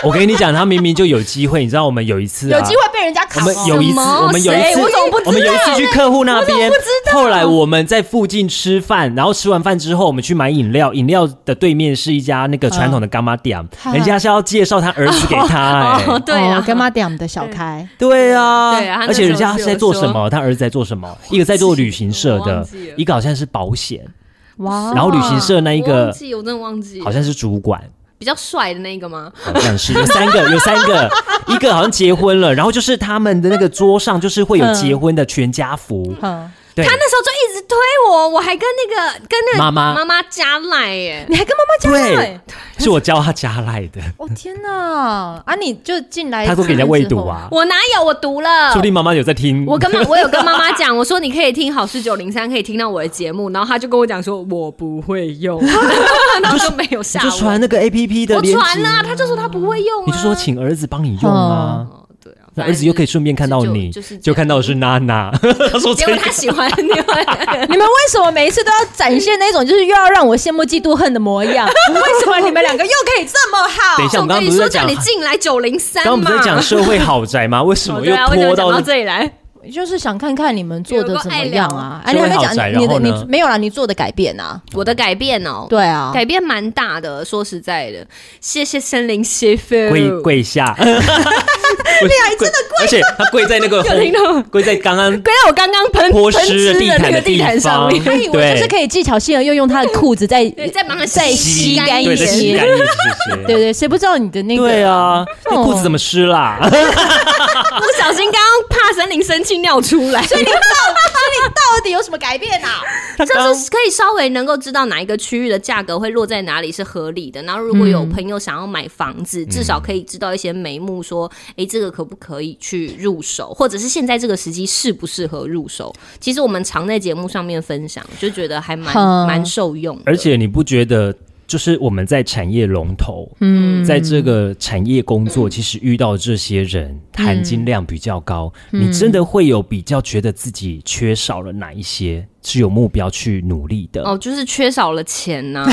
Speaker 1: 我跟你讲，他明明就有机会，你知道我们有一次、啊、
Speaker 3: 有机会被人家
Speaker 1: 我
Speaker 3: 卡
Speaker 1: 们有一次，
Speaker 2: 什么
Speaker 1: 我们有一
Speaker 2: 谁
Speaker 1: 次，
Speaker 2: 我怎么不知道
Speaker 1: 我们有一次去客户那边，后来我们在附近吃饭，然后吃完饭之后，我们去买饮料，饮料的对面是一家那个传统的干妈店，人家是要介绍他儿子给
Speaker 2: (laughs)
Speaker 1: 他、哎、
Speaker 2: 嗯哦，对啦，
Speaker 3: 跟 Madam 的小开，
Speaker 1: 对啊，
Speaker 2: 对啊他那
Speaker 1: 而且人家
Speaker 2: 时候是有
Speaker 1: 是在做什么？他儿子在做什么？一个在做旅行社
Speaker 2: 我忘
Speaker 1: 的
Speaker 2: 记了，
Speaker 1: 一个好像是保险，
Speaker 3: 哇
Speaker 1: 然后旅行社那一
Speaker 2: 我忘
Speaker 1: 个
Speaker 2: 记，我真的忘记，
Speaker 1: 好像是主管，
Speaker 2: 比较帅的那一个吗？
Speaker 1: 好像是有三
Speaker 2: (laughs)
Speaker 1: 个，有三个，一个好像结婚了，然后就是他们的那个桌上就是会有结婚的全家福，
Speaker 3: 嗯，
Speaker 1: 对
Speaker 2: 他，那时候就一直推我，我还跟那个跟那个
Speaker 1: 妈妈
Speaker 2: 妈妈加赖耶，
Speaker 3: 你还跟妈妈讲话、
Speaker 1: 对，是我教他加赖的，
Speaker 3: 我、天哪！啊，你就进
Speaker 2: 哎
Speaker 3: 来，
Speaker 1: 他说给人家喂毒，啊，
Speaker 2: 我哪有我读了
Speaker 1: 说不。定妈妈有在听，
Speaker 2: 我跟妈， (laughs) 我有跟妈妈讲，我说你可以听好四九零三，可以听到我的节目，然后她就跟我讲说，我不会
Speaker 1: (laughs)
Speaker 2: 用，然后就没有
Speaker 1: 你
Speaker 2: 下
Speaker 1: 就传
Speaker 2: 文。
Speaker 1: 那个 A P P 的
Speaker 2: 我
Speaker 1: 链
Speaker 2: 传
Speaker 1: 接，
Speaker 2: 啦，她就说她不会用啊，
Speaker 1: 你就说请儿子帮你用啊，
Speaker 2: 哦，对啊，
Speaker 1: 那儿子又可以顺便看到你，
Speaker 2: 就是
Speaker 1: 就看到的是娜娜， (laughs) 他说
Speaker 2: 结
Speaker 1: 这
Speaker 2: 果
Speaker 1: 个
Speaker 2: 他喜欢另外，
Speaker 3: (laughs) 你们为什么每一次都要展现那种就是又要让我羡慕嫉妒恨的模样？ (laughs) 为什么你们两个又可以这么好
Speaker 1: (laughs) 等一下，我们刚刚不
Speaker 2: 你
Speaker 1: 是
Speaker 2: 说
Speaker 1: 在
Speaker 2: 叫
Speaker 1: 讲，
Speaker 2: 你进来九零三
Speaker 1: 刚刚
Speaker 2: 嘛，
Speaker 1: 不是在讲社会豪宅吗？为什
Speaker 2: 哦
Speaker 1: 么
Speaker 2: 对
Speaker 1: 又
Speaker 2: 啊我怎么
Speaker 1: 拖
Speaker 2: 讲到
Speaker 1: 到
Speaker 2: 这里来？
Speaker 3: 就是想看看你们做的怎么样啊？哎，
Speaker 1: 有
Speaker 3: 你
Speaker 1: 个
Speaker 3: 还没
Speaker 1: 爱聊
Speaker 3: 讲你你
Speaker 1: 社
Speaker 3: 的
Speaker 1: 会豪宅然后
Speaker 3: 你
Speaker 1: 呢
Speaker 3: 没有啦，你做的改变啊？
Speaker 2: 我的改变哦，
Speaker 3: 对啊，
Speaker 2: 改变蛮大的，说实在的，谢谢森林师傅，
Speaker 1: (laughs) 跪跪
Speaker 2: (laughs)
Speaker 1: 下？你
Speaker 2: 哎
Speaker 1: 还真的跪，而且他跪在那个
Speaker 2: (laughs) 有听到吗
Speaker 1: 跪在刚
Speaker 2: (laughs)
Speaker 1: 刚
Speaker 2: 跪啊在我刚刚喷
Speaker 1: 泼
Speaker 2: 喷
Speaker 1: 湿
Speaker 2: 汁
Speaker 1: 的地
Speaker 2: 的那
Speaker 1: 毯
Speaker 2: 个
Speaker 1: 的
Speaker 2: 地
Speaker 1: 地
Speaker 2: 毯上
Speaker 1: 方
Speaker 2: 面，，
Speaker 3: 哎 (laughs) 我就是可以技巧性的又用他的裤子在
Speaker 2: 对，再帮他
Speaker 3: 在
Speaker 2: 吸
Speaker 3: 吸
Speaker 2: 干
Speaker 3: 干一
Speaker 2: 一
Speaker 1: 对，
Speaker 3: 点
Speaker 1: 在
Speaker 2: 点。
Speaker 1: 吸干一些，
Speaker 2: (laughs)
Speaker 3: 对对，谁不知道你的那个？哦
Speaker 1: 对，啊，那裤子怎么湿
Speaker 3: (laughs)
Speaker 1: 啦？
Speaker 2: (laughs) 不小心刚刚怕森林生气尿出来，所以
Speaker 3: 到底有什么改变啊？
Speaker 1: 他刚
Speaker 2: 就是可以稍微能够知道哪一个区域的价格会落在哪里是合理的。然后如果有朋友想要买房
Speaker 1: 嗯
Speaker 2: 子，至少可以知道一些眉目，说，诶，这个可不可以去入手，或者是现在这个时机适不适合入手。其实我们常在节目上面分享，就觉得还蛮
Speaker 3: 嗯
Speaker 2: 蛮受用的。
Speaker 1: 而且你不觉得，就是我们在产业龙头，
Speaker 3: 嗯，
Speaker 1: 在这个产业工作，其实遇到这些人含
Speaker 3: 嗯
Speaker 1: 金量比较高，你真的会有比较觉得自己缺少了哪一些，是有目标去努力的。
Speaker 2: 哦，就是缺少了钱呐、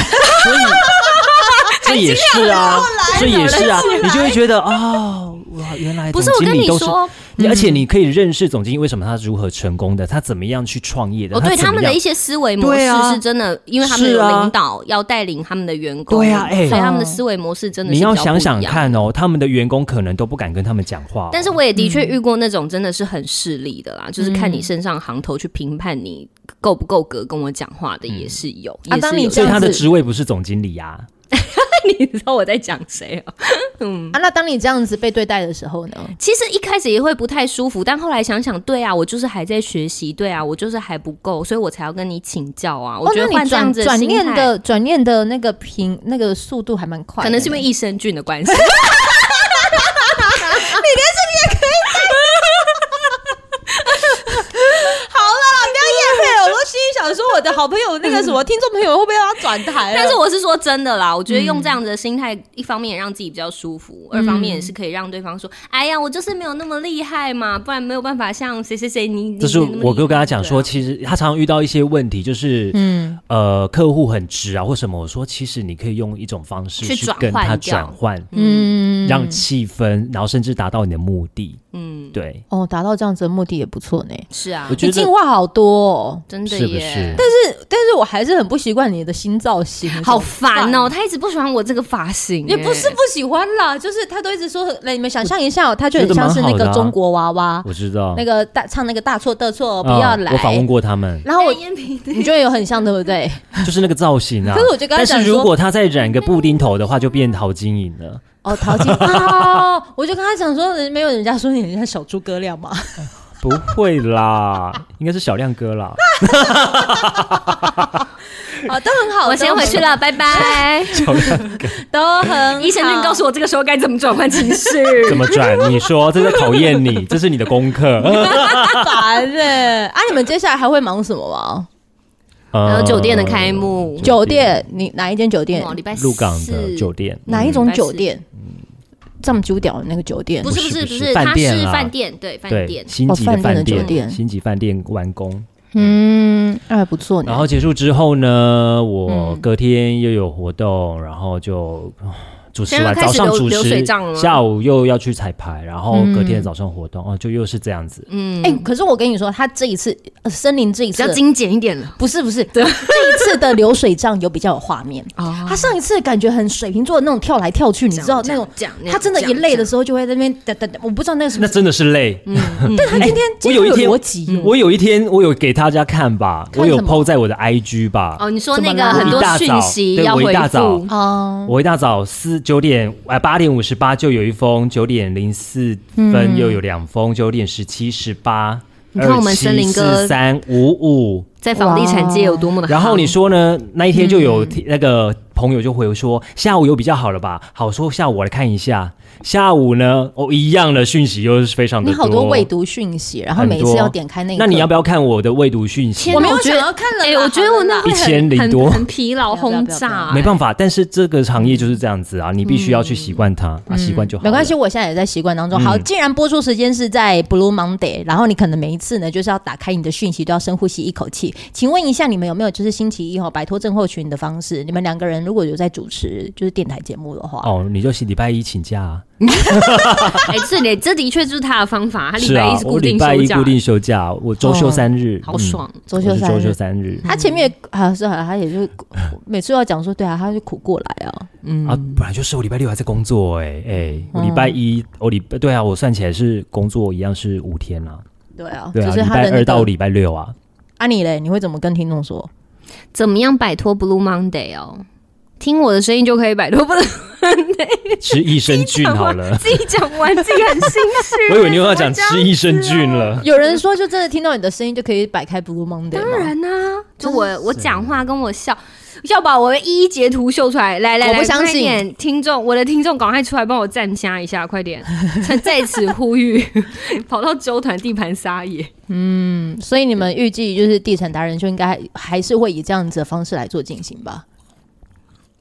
Speaker 1: 所以这也是啊，这也是啊，你就会觉得哦，哇，原来
Speaker 2: 不是
Speaker 1: 总
Speaker 2: 我
Speaker 1: 经
Speaker 2: 跟
Speaker 1: 理
Speaker 2: 你
Speaker 1: 都是
Speaker 2: 说，
Speaker 1: 而且你可以认识总经理为什么他如何成功的，他怎么样去创业的，
Speaker 2: 哦，对
Speaker 1: 怎
Speaker 2: 他
Speaker 1: 么
Speaker 2: 们
Speaker 1: 样
Speaker 2: 的一些思维模
Speaker 1: 对
Speaker 2: 式
Speaker 1: 啊
Speaker 2: 是真的，因为他们
Speaker 1: 是
Speaker 2: 有
Speaker 1: 啊
Speaker 2: 领导要带领他们的员工，
Speaker 1: 对啊哎
Speaker 2: 所以他们的思维模式真的是
Speaker 1: 你要
Speaker 2: 比较
Speaker 1: 想
Speaker 2: 不一
Speaker 1: 想
Speaker 2: 样。
Speaker 1: 看哦，他们的员工可能都不敢跟他们讲话哦、
Speaker 2: 但是我也的确遇过那种真的是很势利的啦，就是看你身上行头去评判你够不够格跟我讲话的也是有。
Speaker 3: 啊
Speaker 2: 也是
Speaker 3: 当你
Speaker 2: 有
Speaker 3: 这
Speaker 1: 所以
Speaker 3: 样
Speaker 1: 他 (laughs)
Speaker 3: 子
Speaker 1: 的职位不是总经理啊呀、
Speaker 2: 你知道我在讲谁啊？
Speaker 3: 啊，那当你这样子被对待的时候呢？
Speaker 2: 其实一开始也会不太舒服，但后来想想，对啊，我就是还在学习，对啊，我就是还不够，所以我才要跟你请教啊。我觉
Speaker 3: 哦
Speaker 2: 得
Speaker 3: 那
Speaker 2: 换
Speaker 3: 你
Speaker 2: 这样
Speaker 3: 转
Speaker 2: 子
Speaker 3: 转
Speaker 2: 心
Speaker 3: 念
Speaker 2: 态
Speaker 3: 的转念的那个频那个速度还蛮快的，
Speaker 2: 可能是因为益生菌的关系。
Speaker 3: 好了啦，不要夜配了。我都心里想说，我的好朋友那个什么听众朋友会不会要转
Speaker 1: 哎
Speaker 3: 台了
Speaker 2: 但是我是说真的啦，我觉得
Speaker 1: 嗯
Speaker 2: 用这样子的心态，一方面也让自己比较舒服，二方面也是可以让对方说：“哎呀，我就是没有那么厉害嘛，不然没有办法像谁谁谁你。你”
Speaker 1: 就是
Speaker 2: 你那么厉害
Speaker 1: 我就跟他讲说，
Speaker 2: 对啊
Speaker 1: 其实他常常遇到一些问题，就是嗯呃客户很直啊或什么，我说其实你可以用一种方式
Speaker 2: 去
Speaker 1: 去
Speaker 2: 转
Speaker 1: 跟
Speaker 2: 换
Speaker 1: 他
Speaker 2: 掉
Speaker 1: 转换，
Speaker 3: 嗯
Speaker 1: 让气氛，然后甚至达到你的目的。
Speaker 2: 嗯，
Speaker 1: 对，
Speaker 3: 哦，达到这样子的目的也不错呢。
Speaker 2: 是啊
Speaker 1: 我，觉
Speaker 3: 你
Speaker 1: 得
Speaker 3: 进化好多、哦，
Speaker 2: 真的
Speaker 1: 是不
Speaker 2: 耶。
Speaker 1: 是？
Speaker 2: 但是
Speaker 3: 但是我还是很不习惯你的新造型，
Speaker 2: 好烦哦！他一直不喜欢我这个发型、
Speaker 3: 也不是
Speaker 2: 哎
Speaker 3: 不喜欢啦，就是他都一直说，来你们想象一下、哦，他就
Speaker 1: 觉
Speaker 3: 很
Speaker 1: 得
Speaker 3: 像是那
Speaker 1: 蛮好
Speaker 3: 个
Speaker 1: 的啊
Speaker 3: 中国娃娃，
Speaker 1: 我知道
Speaker 3: 那个大唱那个大错特错、不
Speaker 1: 啊
Speaker 3: 要来。
Speaker 1: 我访问过他们，
Speaker 3: 然后我
Speaker 2: 单眼哎皮的
Speaker 3: 你觉得有很像对不对？
Speaker 1: 就是那个造型啊。
Speaker 3: (laughs) 可是我就跟他
Speaker 1: 但
Speaker 3: 讲
Speaker 1: 是
Speaker 3: 说
Speaker 1: 如果他再染个布丁头的话，就变陶晶莹
Speaker 3: (laughs)
Speaker 1: 了。
Speaker 3: 哦，陶晶哦，我就跟他讲说，没有人家说你很像小诸葛亮嘛，
Speaker 1: 不会啦，应该是小亮哥啦。
Speaker 3: (laughs) 啊，都很 (laughs) 好，
Speaker 2: 我先回去了，
Speaker 1: (laughs)
Speaker 2: 拜拜。
Speaker 3: 都很，都很好。
Speaker 2: 医生就告诉我这个时候该怎么转换情
Speaker 1: (laughs)
Speaker 2: 绪。
Speaker 1: 怎么转？你说这在考验
Speaker 3: (laughs)
Speaker 1: 你，这是你的功课。
Speaker 3: 烦人啊！你们接下来还会忙什么吗？
Speaker 1: 啊
Speaker 2: 还有酒店的开幕
Speaker 3: 酒店，你哪一间酒店
Speaker 2: 哦，？礼拜四
Speaker 1: 鹿港的酒店，
Speaker 3: 哪一
Speaker 2: 礼
Speaker 3: 种
Speaker 2: 拜四
Speaker 3: 酒店？藏酒屌的那个酒店
Speaker 2: 不？是不
Speaker 1: 不是不
Speaker 2: 是不
Speaker 1: 是
Speaker 2: 是，
Speaker 1: 饭
Speaker 2: 它
Speaker 1: 店
Speaker 2: 是
Speaker 1: 啦
Speaker 2: 饭店，对饭
Speaker 1: 嗯对
Speaker 2: 店，
Speaker 1: 星级
Speaker 3: 哦
Speaker 1: 的
Speaker 3: 饭
Speaker 1: 饭
Speaker 3: 店的酒
Speaker 1: 店，
Speaker 3: 店
Speaker 1: 星级饭店完工。
Speaker 3: 嗯，哎，不错呢。
Speaker 1: 然后结束之后呢，
Speaker 2: 嗯
Speaker 1: 我隔天又有活动，然后就哦主持
Speaker 2: 现在
Speaker 1: 完
Speaker 2: 开始
Speaker 1: 早上
Speaker 2: 流
Speaker 1: 主
Speaker 2: 流水
Speaker 1: 持
Speaker 2: 账了，吗
Speaker 1: 下午又要去彩排，然后隔天早上活动，哦，就又是这样子。
Speaker 2: 嗯，
Speaker 3: 哎，可是我跟你说，他这一次呃森林这一
Speaker 2: 比较
Speaker 3: 次
Speaker 2: 精简一点了。
Speaker 3: 不是不是，这一次的流水账有比较有画面。
Speaker 2: 哦，
Speaker 3: 他上一次感觉很水瓶座的那种跳来跳去，你知道
Speaker 2: 这
Speaker 3: 那
Speaker 2: 样
Speaker 3: 种
Speaker 2: 这样这，样
Speaker 3: 他真的
Speaker 2: 这
Speaker 3: 一
Speaker 2: 样
Speaker 3: 累的时候就会在那边哒哒哒，我不知道那个什
Speaker 1: 那
Speaker 3: 么，
Speaker 1: 真的是累。
Speaker 2: 嗯
Speaker 3: 但他今天
Speaker 1: 我
Speaker 3: 今
Speaker 1: 有
Speaker 3: 天
Speaker 1: 一
Speaker 3: 有
Speaker 1: 天嗯
Speaker 3: 逻辑哦，
Speaker 1: 我有一天，我有给大家看吧，
Speaker 3: 看
Speaker 1: 我有
Speaker 3: 什么
Speaker 1: PO 在我的 IG 吧。
Speaker 2: 哦，你说
Speaker 3: 怎么
Speaker 2: 那
Speaker 3: 啦
Speaker 2: 个很
Speaker 1: 我
Speaker 2: 多
Speaker 1: 一大
Speaker 2: 讯
Speaker 1: 早
Speaker 2: 息
Speaker 1: 对
Speaker 2: 要
Speaker 1: 我一
Speaker 2: 回
Speaker 1: 大早
Speaker 2: 复，
Speaker 3: 哦，
Speaker 1: 我一大早四九点呃八点五十八就有一封，九点零四分又有两封，九点十七十八。
Speaker 2: 嗯你看我们森林哥
Speaker 1: 三五五，
Speaker 2: 在房地产界有多么的好。
Speaker 1: 然后你说呢？那一天就有那个朋友就回说，下午有比较好了吧？好说下午我来看一下。下午呢，哦一样的讯息又是非常的
Speaker 3: 你好多未读讯息，然后每次要点开那
Speaker 1: 那
Speaker 3: 一，
Speaker 1: 你要不要看我的未读讯息
Speaker 2: 天？
Speaker 3: 我没
Speaker 2: 哪
Speaker 3: 有
Speaker 2: 觉得
Speaker 3: 想要看了啦
Speaker 2: 哎，我觉得我那会
Speaker 1: 好了啦
Speaker 2: 很
Speaker 1: 1000多
Speaker 2: 很很疲劳
Speaker 3: 不要
Speaker 2: 轰
Speaker 3: 不要不要
Speaker 2: 炸，
Speaker 1: 没办法，但是这个行业就是这样子啊，你必须要去习惯它，啊，习惯就好。
Speaker 3: 嗯
Speaker 1: 嗯
Speaker 3: 没关系，，我现在也在习惯当中。好，既然播出时间是在 Blue Monday，然后你可能每一次呢，就是要打开你的讯息，都要深呼吸一口气。请问一下，你们有没有就是星期一后摆脱症候群的方式？你们两个人如果有在主持就是电台节目的话，
Speaker 1: 哦，你就是礼拜一请假啊。
Speaker 2: 哎，这里这的确就是他的方法，他礼
Speaker 1: 是
Speaker 2: 拜
Speaker 1: 啊
Speaker 2: 一，是
Speaker 1: 我
Speaker 2: 固
Speaker 1: 礼
Speaker 2: 定
Speaker 1: 拜
Speaker 2: 休
Speaker 1: 一
Speaker 2: 假
Speaker 1: 固，定休假，我周休
Speaker 3: 哦
Speaker 1: 三日，
Speaker 2: 好
Speaker 1: 嗯
Speaker 2: 爽。
Speaker 3: 周
Speaker 1: 我
Speaker 3: 休
Speaker 1: 是
Speaker 3: 三
Speaker 1: 周休
Speaker 3: 日。
Speaker 1: 三日
Speaker 3: 他前面也啊是啊，他也就每次都要讲说，对啊，他就苦过来啊。
Speaker 1: 啊，本来就是我礼拜六还在工作哎哎，
Speaker 3: 哦
Speaker 1: 我礼拜一我礼拜对啊，我算起来是工作一样是五天啦，
Speaker 3: 对啊，
Speaker 1: 对
Speaker 3: 就
Speaker 1: 啊，
Speaker 3: 是
Speaker 1: 礼
Speaker 3: 他的
Speaker 1: 拜
Speaker 3: 那
Speaker 1: 二到
Speaker 3: 个。
Speaker 1: 礼拜六啊，
Speaker 3: (laughs) 啊，你嘞，你会怎么跟听众说？
Speaker 2: 怎么样摆脱 Blue Monday 哦？听我的声音就可以摆脱 Blue
Speaker 1: (laughs)
Speaker 2: Monday。，
Speaker 1: 吃益生菌好了。
Speaker 2: (laughs) 自己讲完自己很心虚
Speaker 1: 我以为你又要讲吃益生菌了，
Speaker 3: 有人说，就真的听到你的声音就可以摆开 Blue Monday
Speaker 2: 当
Speaker 3: 吗？
Speaker 2: 然啦、就我我讲话跟我笑，要把我一一截图秀出来。来来
Speaker 3: 我
Speaker 2: 来，
Speaker 3: 不相
Speaker 2: 快
Speaker 3: 信
Speaker 2: 点听众，我的听众赶快出来帮我站虾一下，快点！趁在此呼吁， (laughs) 跑到纠团地盘撒野。
Speaker 3: 所以你们预计就是地产达人秀应该还是会以这样子的方式来做进行吧？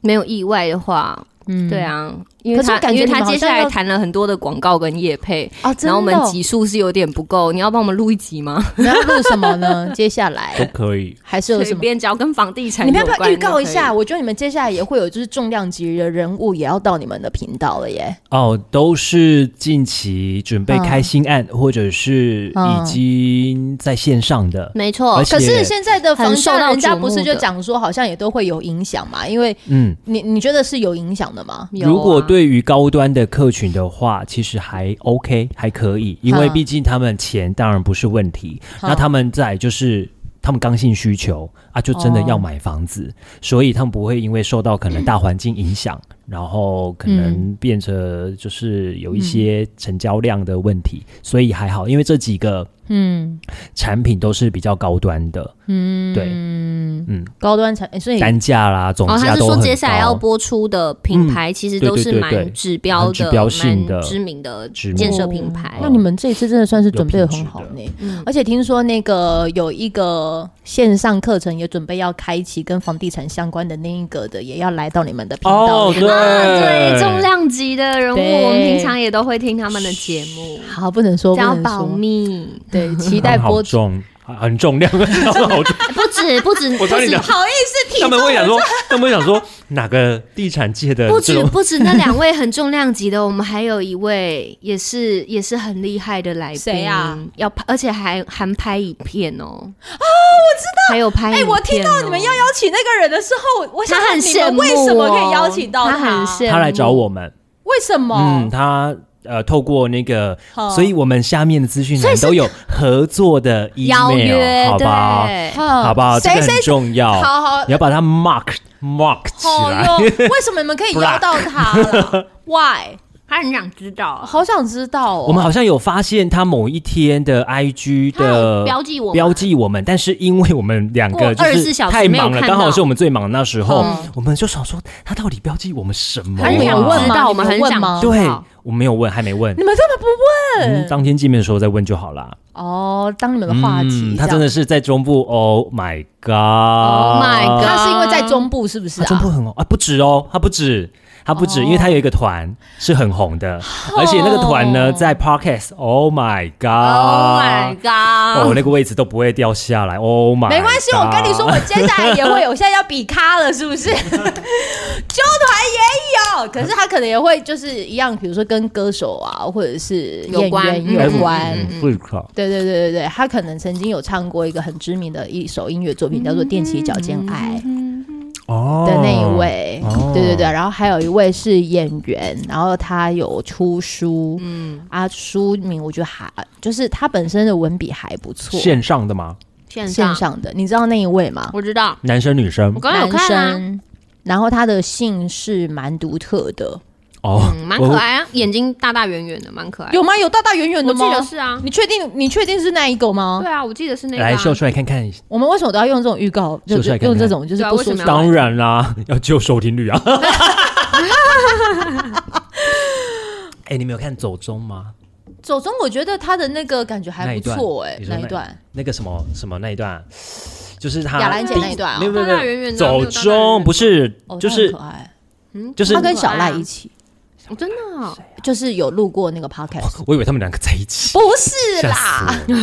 Speaker 2: 没有意外的话，嗯，对啊，因为
Speaker 3: 可是
Speaker 2: 他
Speaker 3: 我感觉
Speaker 2: 因为
Speaker 3: 你
Speaker 2: 他
Speaker 3: 们好
Speaker 2: 接下
Speaker 3: 像
Speaker 2: 来
Speaker 3: 要
Speaker 2: 谈了很多的广告跟业配，
Speaker 3: 啊，真
Speaker 2: 然后我们集 (laughs)
Speaker 3: 急，
Speaker 2: 数是有点不够，你要帮我们录一集吗？
Speaker 3: 你要录什么呢？接下
Speaker 1: 都 (laughs)
Speaker 3: 来
Speaker 1: 可以。
Speaker 3: 还是有
Speaker 2: 随
Speaker 3: 什么？
Speaker 2: 便只要跟房地产
Speaker 3: 你
Speaker 2: 有
Speaker 3: 们要
Speaker 2: 关都
Speaker 3: 不
Speaker 2: 可以，
Speaker 3: 要预告一下？我觉得你们接下来也会有就是重量级的人物也要到你们的频道了耶！
Speaker 1: 哦，都是近期准备开新案，或者是
Speaker 3: 嗯
Speaker 1: 已经在线上的，
Speaker 2: 没错
Speaker 1: 而且
Speaker 3: 可是现在的房
Speaker 2: 很受
Speaker 3: 价，
Speaker 2: 到
Speaker 3: 人家
Speaker 2: 瞩目
Speaker 3: 不是就
Speaker 2: 的
Speaker 3: 讲说好像也都会有影响嘛？因为
Speaker 1: 嗯，
Speaker 3: 你你觉得是有影响的吗？
Speaker 2: 有啊
Speaker 1: 如果对于高端的客群的话，其实还 OK，还可以，因为
Speaker 3: 嗯
Speaker 1: 毕竟他们钱当然不是问题，
Speaker 3: 嗯
Speaker 1: 那他们在就是。他们刚性需求啊，就真的
Speaker 3: 哦
Speaker 1: 要买房子，所以他们不会因为受到可能大环境影响，然后可能变成就是有一些成交量的问
Speaker 2: 嗯
Speaker 1: 题，所以还好，因为这几个
Speaker 3: 嗯
Speaker 1: 产品都是比较高端的，
Speaker 3: 嗯，
Speaker 1: 对
Speaker 3: 嗯
Speaker 1: 嗯，
Speaker 3: 高端产，所以
Speaker 1: 单价啦、总
Speaker 2: 哦，他
Speaker 1: 价啊
Speaker 2: 是
Speaker 1: 都很
Speaker 2: 说
Speaker 1: 高。嗯
Speaker 2: 接下来要播出的品牌其实都
Speaker 1: 对对
Speaker 2: 是
Speaker 1: 对对
Speaker 2: 蛮指标
Speaker 1: 很指
Speaker 2: 的、
Speaker 1: 标性的
Speaker 2: 蛮知名的
Speaker 1: 知名
Speaker 2: 建设品牌。
Speaker 3: 哦那你们这一次真的算是准备得很好
Speaker 1: 有
Speaker 3: 呢
Speaker 1: 品，
Speaker 3: 而且听说那个有一个线上课程也准备要开启跟房地产相关的那一个的，也要来到你们的频道
Speaker 1: 哦，
Speaker 3: 里。
Speaker 1: 对
Speaker 2: 对重量级的人物，
Speaker 3: 对
Speaker 2: 我们平常也都会听他们的节目，
Speaker 3: 好，不能说不
Speaker 2: 这要
Speaker 3: 能
Speaker 2: 保
Speaker 3: 说，
Speaker 2: 密。
Speaker 3: (laughs) 对，期
Speaker 1: 期
Speaker 3: 待
Speaker 1: 好
Speaker 3: 播 (laughs) 出。
Speaker 1: 重，啊很重
Speaker 2: (laughs)
Speaker 1: 量，然后好重
Speaker 2: 不止不止不
Speaker 1: 我差点
Speaker 2: 止
Speaker 1: 讲
Speaker 3: 好意思
Speaker 1: 他们会想说，他们会想说哪个地产界的
Speaker 4: 不
Speaker 1: 这
Speaker 4: 止
Speaker 1: 种
Speaker 4: 不止那两位很重量级的，我们还有一位也是也是很厉害的来宾，
Speaker 3: 谁啊？
Speaker 4: 要拍，而且还还拍影片哦。哦，我知道，还有拍影
Speaker 3: 哎、
Speaker 4: 片哦。
Speaker 3: 我听到你们要邀请那个人的时候，我想
Speaker 4: 他很
Speaker 3: 你
Speaker 4: 羡
Speaker 3: 们
Speaker 4: 慕，
Speaker 3: 为什么可以邀请到
Speaker 4: 他？很
Speaker 3: 嗯
Speaker 4: 羡慕，
Speaker 1: 他来找我们，
Speaker 3: 为什么
Speaker 1: 嗯，？他呃透过那个
Speaker 3: 哦好，
Speaker 1: 所以我们下面的资讯栏都有合作的
Speaker 4: 邀
Speaker 1: email，
Speaker 4: 约，
Speaker 1: 好不好？
Speaker 4: 对，
Speaker 3: 好
Speaker 1: 好不好？这
Speaker 3: 谁
Speaker 1: 个
Speaker 3: 谁
Speaker 1: 很重要，
Speaker 3: 好好
Speaker 1: 你要把它 mark mark 起
Speaker 3: 好哦哟
Speaker 1: 来。？
Speaker 3: 为什么你们可以邀到他 (laughs) 了？Why？
Speaker 2: 他很想知道，
Speaker 3: 好想知道哦。
Speaker 1: 我们好像有发现他某一天的 IG
Speaker 2: 他有
Speaker 1: 的
Speaker 2: 标记我们
Speaker 1: 标记我们，但是因为我们两个就
Speaker 2: 过24
Speaker 1: 是
Speaker 2: 小时
Speaker 1: 太
Speaker 2: 没有
Speaker 1: 忙了，
Speaker 2: 看
Speaker 1: 刚好
Speaker 2: 到
Speaker 1: 是我们最忙的那时候
Speaker 3: 嗯，
Speaker 1: 我们就想说他到底标记我们什么啊？
Speaker 2: 他很
Speaker 3: 你有
Speaker 2: 想
Speaker 3: 问
Speaker 2: 知
Speaker 3: 吗
Speaker 2: 道，我们很
Speaker 3: 你有问
Speaker 2: 想
Speaker 3: 吗
Speaker 2: 知
Speaker 1: 对
Speaker 2: 道，
Speaker 1: 我没有问，还没问
Speaker 3: 你。们根本不
Speaker 1: 嗯，
Speaker 3: 问
Speaker 1: 当天见面的时候再问就好啦。
Speaker 3: 哦，当你们的话题
Speaker 1: 嗯，
Speaker 3: 这样。
Speaker 1: 他真的是在中部，Oh my
Speaker 4: Oh
Speaker 1: god，Oh
Speaker 4: my god
Speaker 3: 他是因为在中部是不是
Speaker 1: 他中部
Speaker 3: 啊？
Speaker 1: 很红啊，不止哦，他不止，他不
Speaker 3: 哦
Speaker 1: 止，因为他有一个团是很红的，而且那个团
Speaker 3: 哦
Speaker 1: 呢在 Podcast，Oh my
Speaker 2: Oh my
Speaker 1: god，
Speaker 2: god！
Speaker 1: 啊哦，那个位置都不会掉下来，Oh my，
Speaker 3: 没关系，我
Speaker 1: god
Speaker 3: 跟你说，我接下来也会有，我现在要比咖了，是
Speaker 1: (laughs)
Speaker 3: 不是？纠团也有，可是他可能也会就是一样，比如说跟歌手啊，或者是演
Speaker 2: 有关
Speaker 3: 员
Speaker 1: 哎
Speaker 3: 有
Speaker 1: 我
Speaker 3: 关。
Speaker 1: 嗯会考
Speaker 3: 对对对对对，他可能曾经有唱过一个很知名的一首音乐作品，叫做《踮起脚尖爱》
Speaker 1: 哦
Speaker 3: 的那一，位。
Speaker 1: 嗯哦
Speaker 3: 对对对，然后还有一位是演员，然后他有出书，嗯，啊，书名我觉得还就是他本身的文笔还不错。
Speaker 1: 线上的吗？
Speaker 2: 线
Speaker 3: 线上的，你知道那一位吗？
Speaker 2: 我知道，
Speaker 1: 男生女生
Speaker 2: 我刚刚有
Speaker 3: 男
Speaker 2: 看啊，
Speaker 3: 生，然后他的姓氏蛮独特的，
Speaker 1: 哦
Speaker 2: 嗯，蛮
Speaker 1: 我
Speaker 2: 可爱啊，眼睛大大圆圆的，蛮可爱的。
Speaker 3: 有吗？有大大圆圆
Speaker 2: 我
Speaker 3: 的
Speaker 2: 记
Speaker 3: 吗？哦
Speaker 2: 得是啊，
Speaker 3: 你确定？你确定是那一个吗？
Speaker 2: 对啊，我记得是那个啊。
Speaker 1: 来秀出来看看，
Speaker 3: 我们为什么都要用这种预告，就
Speaker 1: 秀出来看
Speaker 3: 用这
Speaker 1: 看
Speaker 3: 种就是
Speaker 2: 对啊
Speaker 3: 不
Speaker 2: 为什
Speaker 3: 说
Speaker 2: 么要
Speaker 1: 当然啦， (laughs) 要救收听率啊。 (laughs) 哎，你没有看走中吗？
Speaker 3: 走中，我觉得他的那个感觉还
Speaker 1: 那一
Speaker 3: 不
Speaker 1: 段
Speaker 3: 错哎、
Speaker 1: 你说
Speaker 3: 那一
Speaker 1: 那
Speaker 3: 段
Speaker 1: 那个什么什么那一段，就是他
Speaker 3: 雅兰姐那一段啊
Speaker 1: 没有没有
Speaker 2: 大大圆
Speaker 1: 没
Speaker 2: 圆
Speaker 1: 有，
Speaker 2: 的
Speaker 1: 走
Speaker 2: 没有大大圆圆
Speaker 1: 中
Speaker 2: 的
Speaker 1: 不是
Speaker 3: 哦，
Speaker 1: 就
Speaker 3: 那
Speaker 1: 是
Speaker 3: 很可爱，
Speaker 2: 嗯，
Speaker 1: 就是
Speaker 3: 他
Speaker 1: 很
Speaker 3: 跟
Speaker 2: 可
Speaker 3: 小
Speaker 2: 爱
Speaker 3: 赖
Speaker 2: 啊
Speaker 3: 一起，
Speaker 2: 哦真的哦，
Speaker 3: 就是有录过那
Speaker 1: (laughs)
Speaker 3: 个 podcast，
Speaker 1: 我以为他们两个在一起，
Speaker 3: 不是
Speaker 1: 吓
Speaker 3: 啦， (laughs)
Speaker 1: 死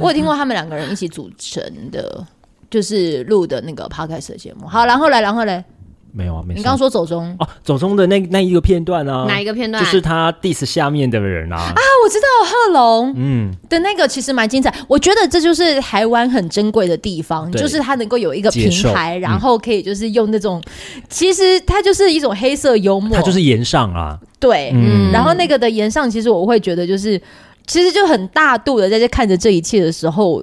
Speaker 1: 我！
Speaker 3: 我有听过他们两个人一起组成的，就是录的那个 podcast 的节目。好，然后嘞，然后嘞，
Speaker 1: 没有啊，没事。
Speaker 3: 你刚刚说走中
Speaker 1: 哦，走中的那那一个片段啊，
Speaker 2: 哪一个片段？
Speaker 1: 就是他 diss 下面的人啊，
Speaker 3: 啊，我知道贺龙，
Speaker 1: 嗯，
Speaker 3: 的那个其实蛮精彩，我觉得这就是台湾很珍贵的地方，
Speaker 1: 对
Speaker 3: 就是它能够有一个平
Speaker 1: 接受
Speaker 3: 台，
Speaker 1: 嗯
Speaker 3: 然后可以就是用那种，其实它就是一种黑色幽默，
Speaker 1: 他就是言上啊，
Speaker 3: 对，
Speaker 1: 嗯，
Speaker 3: 然后那个的言上，其实我会觉得就是，其实就很大度的在这看着这一切的时候，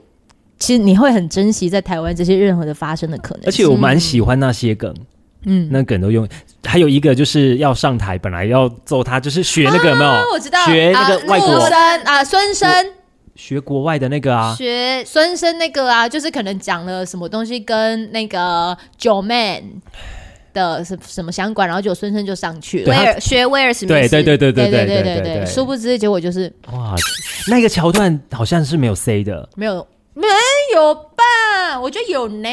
Speaker 3: 其实你会很珍惜在台湾这些任何的发生的可能性，
Speaker 1: 而且我蛮喜欢那些梗，
Speaker 3: 嗯，
Speaker 1: 那梗都用。还有一个就是要上台，本来要揍他，就是学那个有没有？
Speaker 3: 我知道
Speaker 1: 哦学那个外
Speaker 3: 陆
Speaker 1: 国
Speaker 3: 生，啊，孙生。
Speaker 1: 学国外的那个啊，
Speaker 3: 学孙生那个啊，就是可能讲了什么东西跟那个九妹的什什么相关，然后就孙生就上去
Speaker 1: 对
Speaker 2: 威
Speaker 3: 了。
Speaker 1: 他
Speaker 2: 尔学威尔史密
Speaker 1: 对
Speaker 2: 斯，
Speaker 1: 对对对对
Speaker 3: 对
Speaker 1: 对
Speaker 3: 对
Speaker 1: 对，
Speaker 3: 殊不知结果就是
Speaker 1: 哇，那个桥段好像是没有 C 的，
Speaker 3: 没有没有吧？我觉得有呢。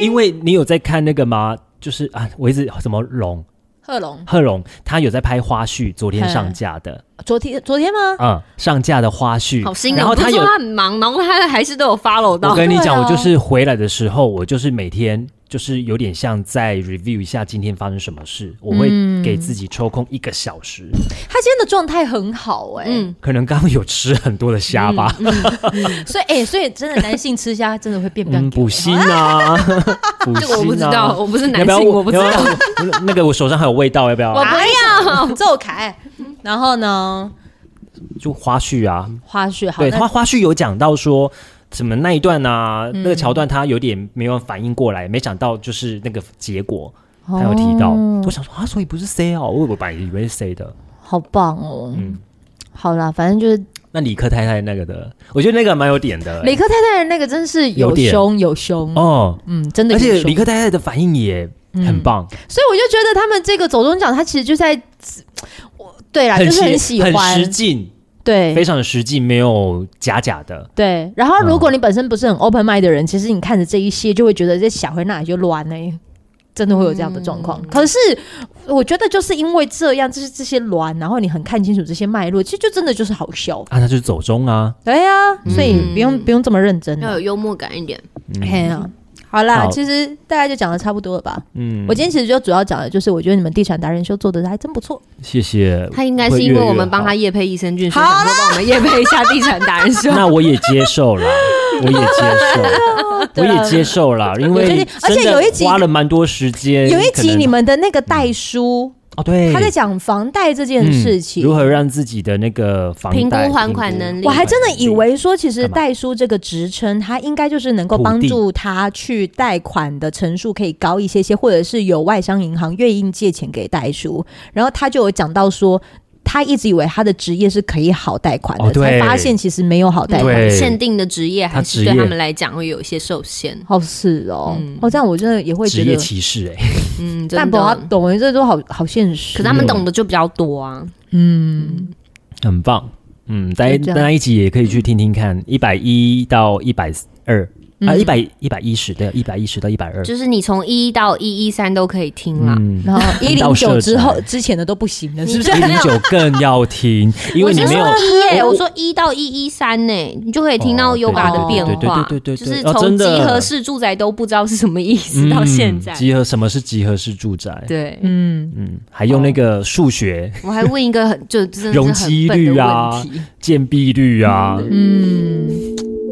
Speaker 1: 因为你有在看那个吗？就是啊，我一直什么龙
Speaker 3: 贺龙
Speaker 1: 贺龙，他有在拍花絮，昨天上架的，
Speaker 3: 昨天昨天吗？
Speaker 1: 嗯，上架的花絮，
Speaker 2: 好新哦。
Speaker 1: 然后
Speaker 2: 我不
Speaker 1: 他
Speaker 2: 是
Speaker 1: 有
Speaker 2: 说，他很忙，然后他还是都有 follow
Speaker 1: 我
Speaker 2: 到。
Speaker 1: 跟你讲，
Speaker 3: 对啊
Speaker 1: 我就是回来的时候，我就是每天。就是有点像在 review 一下今天发生什么事，我会给自己抽空一个小时，
Speaker 3: 他今天的状态很好哎、
Speaker 2: 嗯，
Speaker 1: 可能刚刚有吃很多的虾吧，
Speaker 3: 所以哎、所以真的男性吃虾真的会变比较 (laughs)
Speaker 1: 嗯，补锌
Speaker 2: (laughs)
Speaker 1: 啊，补
Speaker 2: 这个我不知
Speaker 1: 锌
Speaker 2: 道，
Speaker 1: 啊，
Speaker 2: 我
Speaker 3: (laughs)
Speaker 2: 不是
Speaker 1: 要
Speaker 2: 男
Speaker 1: 不要
Speaker 2: 性，我不知
Speaker 1: 要
Speaker 2: 道。
Speaker 1: 不要那个我手上还有味道，要不要？
Speaker 3: 我不 (laughs) 要周哎凯，然后呢
Speaker 1: 就花絮啊，
Speaker 3: 花絮好，
Speaker 1: 对，
Speaker 3: 那
Speaker 1: 花花絮有讲到说什么那一段啊，
Speaker 3: 嗯
Speaker 1: 那个桥段他有点没有反应过来，没想到就是那个结果，他有提到，
Speaker 3: 哦
Speaker 1: 我想说啊，所以不是 C 哦，我我本来以为是 C 的，
Speaker 3: 好棒哦。
Speaker 1: 嗯
Speaker 3: 好啦，反正就是
Speaker 1: 那理科太太那个的，我觉得那个蛮有点的、
Speaker 3: 理科太太的那个真是有
Speaker 1: 有点
Speaker 3: 凶有凶，
Speaker 1: 哦，
Speaker 3: 嗯，真的
Speaker 1: 而
Speaker 3: 有凶。
Speaker 1: 且
Speaker 3: 嗯
Speaker 1: 理科太太的反应也很棒，
Speaker 3: 所以我就觉得他们这个走中奖，他其实就在，我对啦，就是
Speaker 1: 实
Speaker 3: 很喜
Speaker 1: 很
Speaker 3: 欢
Speaker 1: 实，境，非
Speaker 3: 对
Speaker 1: 常的实际，没有假假的。
Speaker 3: 对。然后如
Speaker 1: 嗯
Speaker 3: 果你本身不是很 open mind 的人，其实你看着这一些就会觉得这小回哪里就乱呢、欸真的会有这样的状
Speaker 1: 嗯
Speaker 3: 况。可是我觉得就是因为这样，就是这些卵，然后你很看清楚这些脉络，其实就真的就是好笑。
Speaker 1: 啊，那就是走中啊。
Speaker 3: 对呀、所以不用、不用这么认真
Speaker 2: 要
Speaker 3: 了
Speaker 2: 有。幽默感一点。
Speaker 3: 嘿啊，好啦，
Speaker 1: 好
Speaker 3: 其实大家就讲的差不多了吧。
Speaker 1: 嗯
Speaker 3: 我今天其实就主要讲的就是，我觉得你们地产达人秀做的还真不错。
Speaker 1: 谢谢。
Speaker 2: 他应该是因为我们帮他
Speaker 1: 会越来越
Speaker 2: 夜配益生菌，所以想说帮我们夜配一下地产达人 (laughs) 秀
Speaker 1: 好。。那我也接受
Speaker 3: (laughs)
Speaker 1: 了，我也接受，我
Speaker 3: 对啊
Speaker 1: 也接受了，因
Speaker 3: 我觉
Speaker 1: 为
Speaker 3: 得而且
Speaker 1: 真的
Speaker 3: 有一集
Speaker 1: 花了蛮多时间。
Speaker 3: 有一
Speaker 1: 哎可
Speaker 3: 集
Speaker 1: 能
Speaker 3: 你们的那个代书，
Speaker 1: 哦，对，
Speaker 3: 他在讲房贷这件事情，
Speaker 1: 嗯如何让自己的那个房贷
Speaker 2: 评估还款能力
Speaker 3: 我还真的以为说，其实
Speaker 1: 干嘛
Speaker 3: 代书这个职称，它应该就是能够帮助他去贷款的成数可以高一些些，或者是有外商银行愿意借钱给代书。然后他就有讲到说，他一直以为他的职业是可以好贷款的，
Speaker 1: 哦对
Speaker 3: 才发现其实没有好贷款。
Speaker 1: 对
Speaker 2: 限定的职业还是
Speaker 1: 他职业
Speaker 2: 对他们来讲会有一些受限。
Speaker 3: 好是哦，哦，这样我真的也会
Speaker 1: 职
Speaker 3: 觉
Speaker 1: 业
Speaker 3: 得，
Speaker 1: 歧视哎、
Speaker 2: 嗯，
Speaker 3: 但
Speaker 2: 真
Speaker 3: 不要
Speaker 2: 的。
Speaker 3: 懂，这都好好现实。哦
Speaker 2: 可是他们懂得就比较多啊。
Speaker 3: 嗯
Speaker 1: 很棒。嗯，大
Speaker 3: 就这
Speaker 1: 家
Speaker 3: 样
Speaker 1: 大家一集也可以去听听看，一百一到一百二
Speaker 3: 嗯
Speaker 1: 啊，一百一百一十对，一百一十到一百二。
Speaker 2: 就是你从一到一一三都可以听啦。
Speaker 1: 嗯，
Speaker 3: 然后 (laughs) 一零
Speaker 1: 到社
Speaker 3: 九
Speaker 1: 宅
Speaker 3: 之后之前的都不行了，是不是？
Speaker 1: 一零九更要听，因为你没有
Speaker 2: 我是说一耶，我说一到一一三呢，你就可以听到
Speaker 1: 哦
Speaker 2: Yoga
Speaker 3: 对
Speaker 2: 的变化，
Speaker 1: 对对对对对对
Speaker 2: 就是
Speaker 1: 哦真
Speaker 2: 从集
Speaker 1: 的
Speaker 2: 合式住宅都不知道是什么意思到现
Speaker 1: 嗯。
Speaker 2: 在
Speaker 1: 集合什么是集合式住宅？
Speaker 2: 对，
Speaker 3: 嗯，
Speaker 1: 嗯，还用那个数学
Speaker 2: 我还问一个很就真的
Speaker 1: 容
Speaker 2: 是
Speaker 1: 积
Speaker 2: 很笨的
Speaker 1: 率啊
Speaker 2: 问题，
Speaker 1: 建蔽率啊，
Speaker 3: 嗯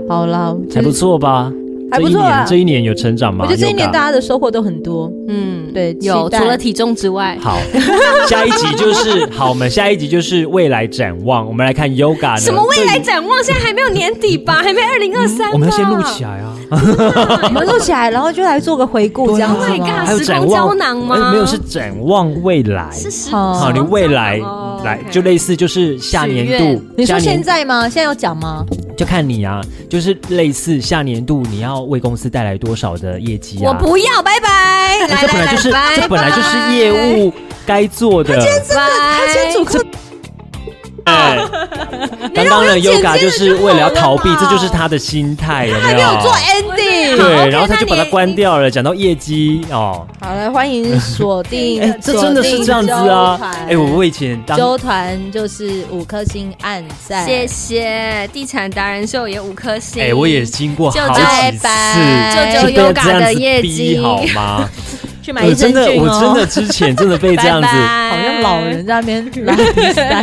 Speaker 3: 好啦，
Speaker 1: 还不错吧？
Speaker 3: 还不错啊
Speaker 1: 这一年这一年有成长吗？
Speaker 3: 我觉得这一年
Speaker 1: 有感
Speaker 3: 大家的收获都很多。
Speaker 2: 嗯，
Speaker 3: 对
Speaker 2: 有
Speaker 3: 期待
Speaker 2: 除了体重之外，
Speaker 1: 好， (laughs) 下一集就是好，我们下一集就是未来展望，我们来看 Yoga 呢
Speaker 2: 什么未来展望？现在还没有年底吧？还没二零二三？
Speaker 1: 嗯我们要先录起来啊，
Speaker 3: 我们录起来，然后就来做个回 (laughs) 顾，这样子
Speaker 2: Oh my
Speaker 3: 吗
Speaker 2: god
Speaker 1: 啊还有
Speaker 2: 时
Speaker 1: 展
Speaker 2: 光
Speaker 1: 望
Speaker 2: 胶囊吗
Speaker 1: 哎没有，是展望未来。
Speaker 2: 是十
Speaker 3: 好
Speaker 1: 好，你未来
Speaker 3: 哦
Speaker 2: 哦
Speaker 1: 来就类似就是下年
Speaker 2: 许愿
Speaker 1: 度，
Speaker 3: 你
Speaker 1: 下
Speaker 3: 说
Speaker 1: 年
Speaker 3: 现在吗？现在要讲吗？
Speaker 1: 就看你啊，就是类似下年度你要为公司带来多少的业绩
Speaker 2: 我
Speaker 1: 啊？
Speaker 2: 不要，拜拜。来
Speaker 1: 哦这本
Speaker 2: 来
Speaker 1: 来
Speaker 2: 来，
Speaker 1: 就是
Speaker 2: 拜
Speaker 1: 这本来就是业务该做的。
Speaker 2: 拜。
Speaker 3: 先主客
Speaker 1: 哎，刚刚的
Speaker 3: 你让我
Speaker 1: Yoga
Speaker 3: 剪
Speaker 1: 就
Speaker 3: 接
Speaker 1: 是为了要逃避
Speaker 2: 就，
Speaker 1: 这
Speaker 2: 好了
Speaker 1: 就是他的心态，有没有？
Speaker 3: 做 ending。
Speaker 2: 好
Speaker 1: 对，
Speaker 2: ，OK，
Speaker 1: 然后他就把
Speaker 2: 那
Speaker 1: 它
Speaker 2: 你
Speaker 1: 关掉了，讲到业绩哦，
Speaker 3: (laughs) 好了，欢迎锁定。
Speaker 1: 哎，这真的是这样子啊！哎，我我以前当
Speaker 3: 纠团就是五颗星按赞，
Speaker 2: 谢谢地产达人秀也五颗星。
Speaker 1: 哎，我也经过
Speaker 2: 就
Speaker 1: 好
Speaker 2: 拜
Speaker 1: 几次
Speaker 3: 拜
Speaker 1: 就
Speaker 2: 就
Speaker 1: 被
Speaker 2: 就 Yoga
Speaker 1: 这样
Speaker 2: 的
Speaker 1: 子
Speaker 2: 业
Speaker 1: 逼
Speaker 2: 绩
Speaker 1: 好吗？
Speaker 3: 去买益
Speaker 1: 我
Speaker 3: 生
Speaker 1: 真
Speaker 3: 菌
Speaker 1: 的
Speaker 3: 哦。
Speaker 1: 我真的之前真的被这样子
Speaker 2: 拜拜
Speaker 3: 好像老人在那边拉比赛。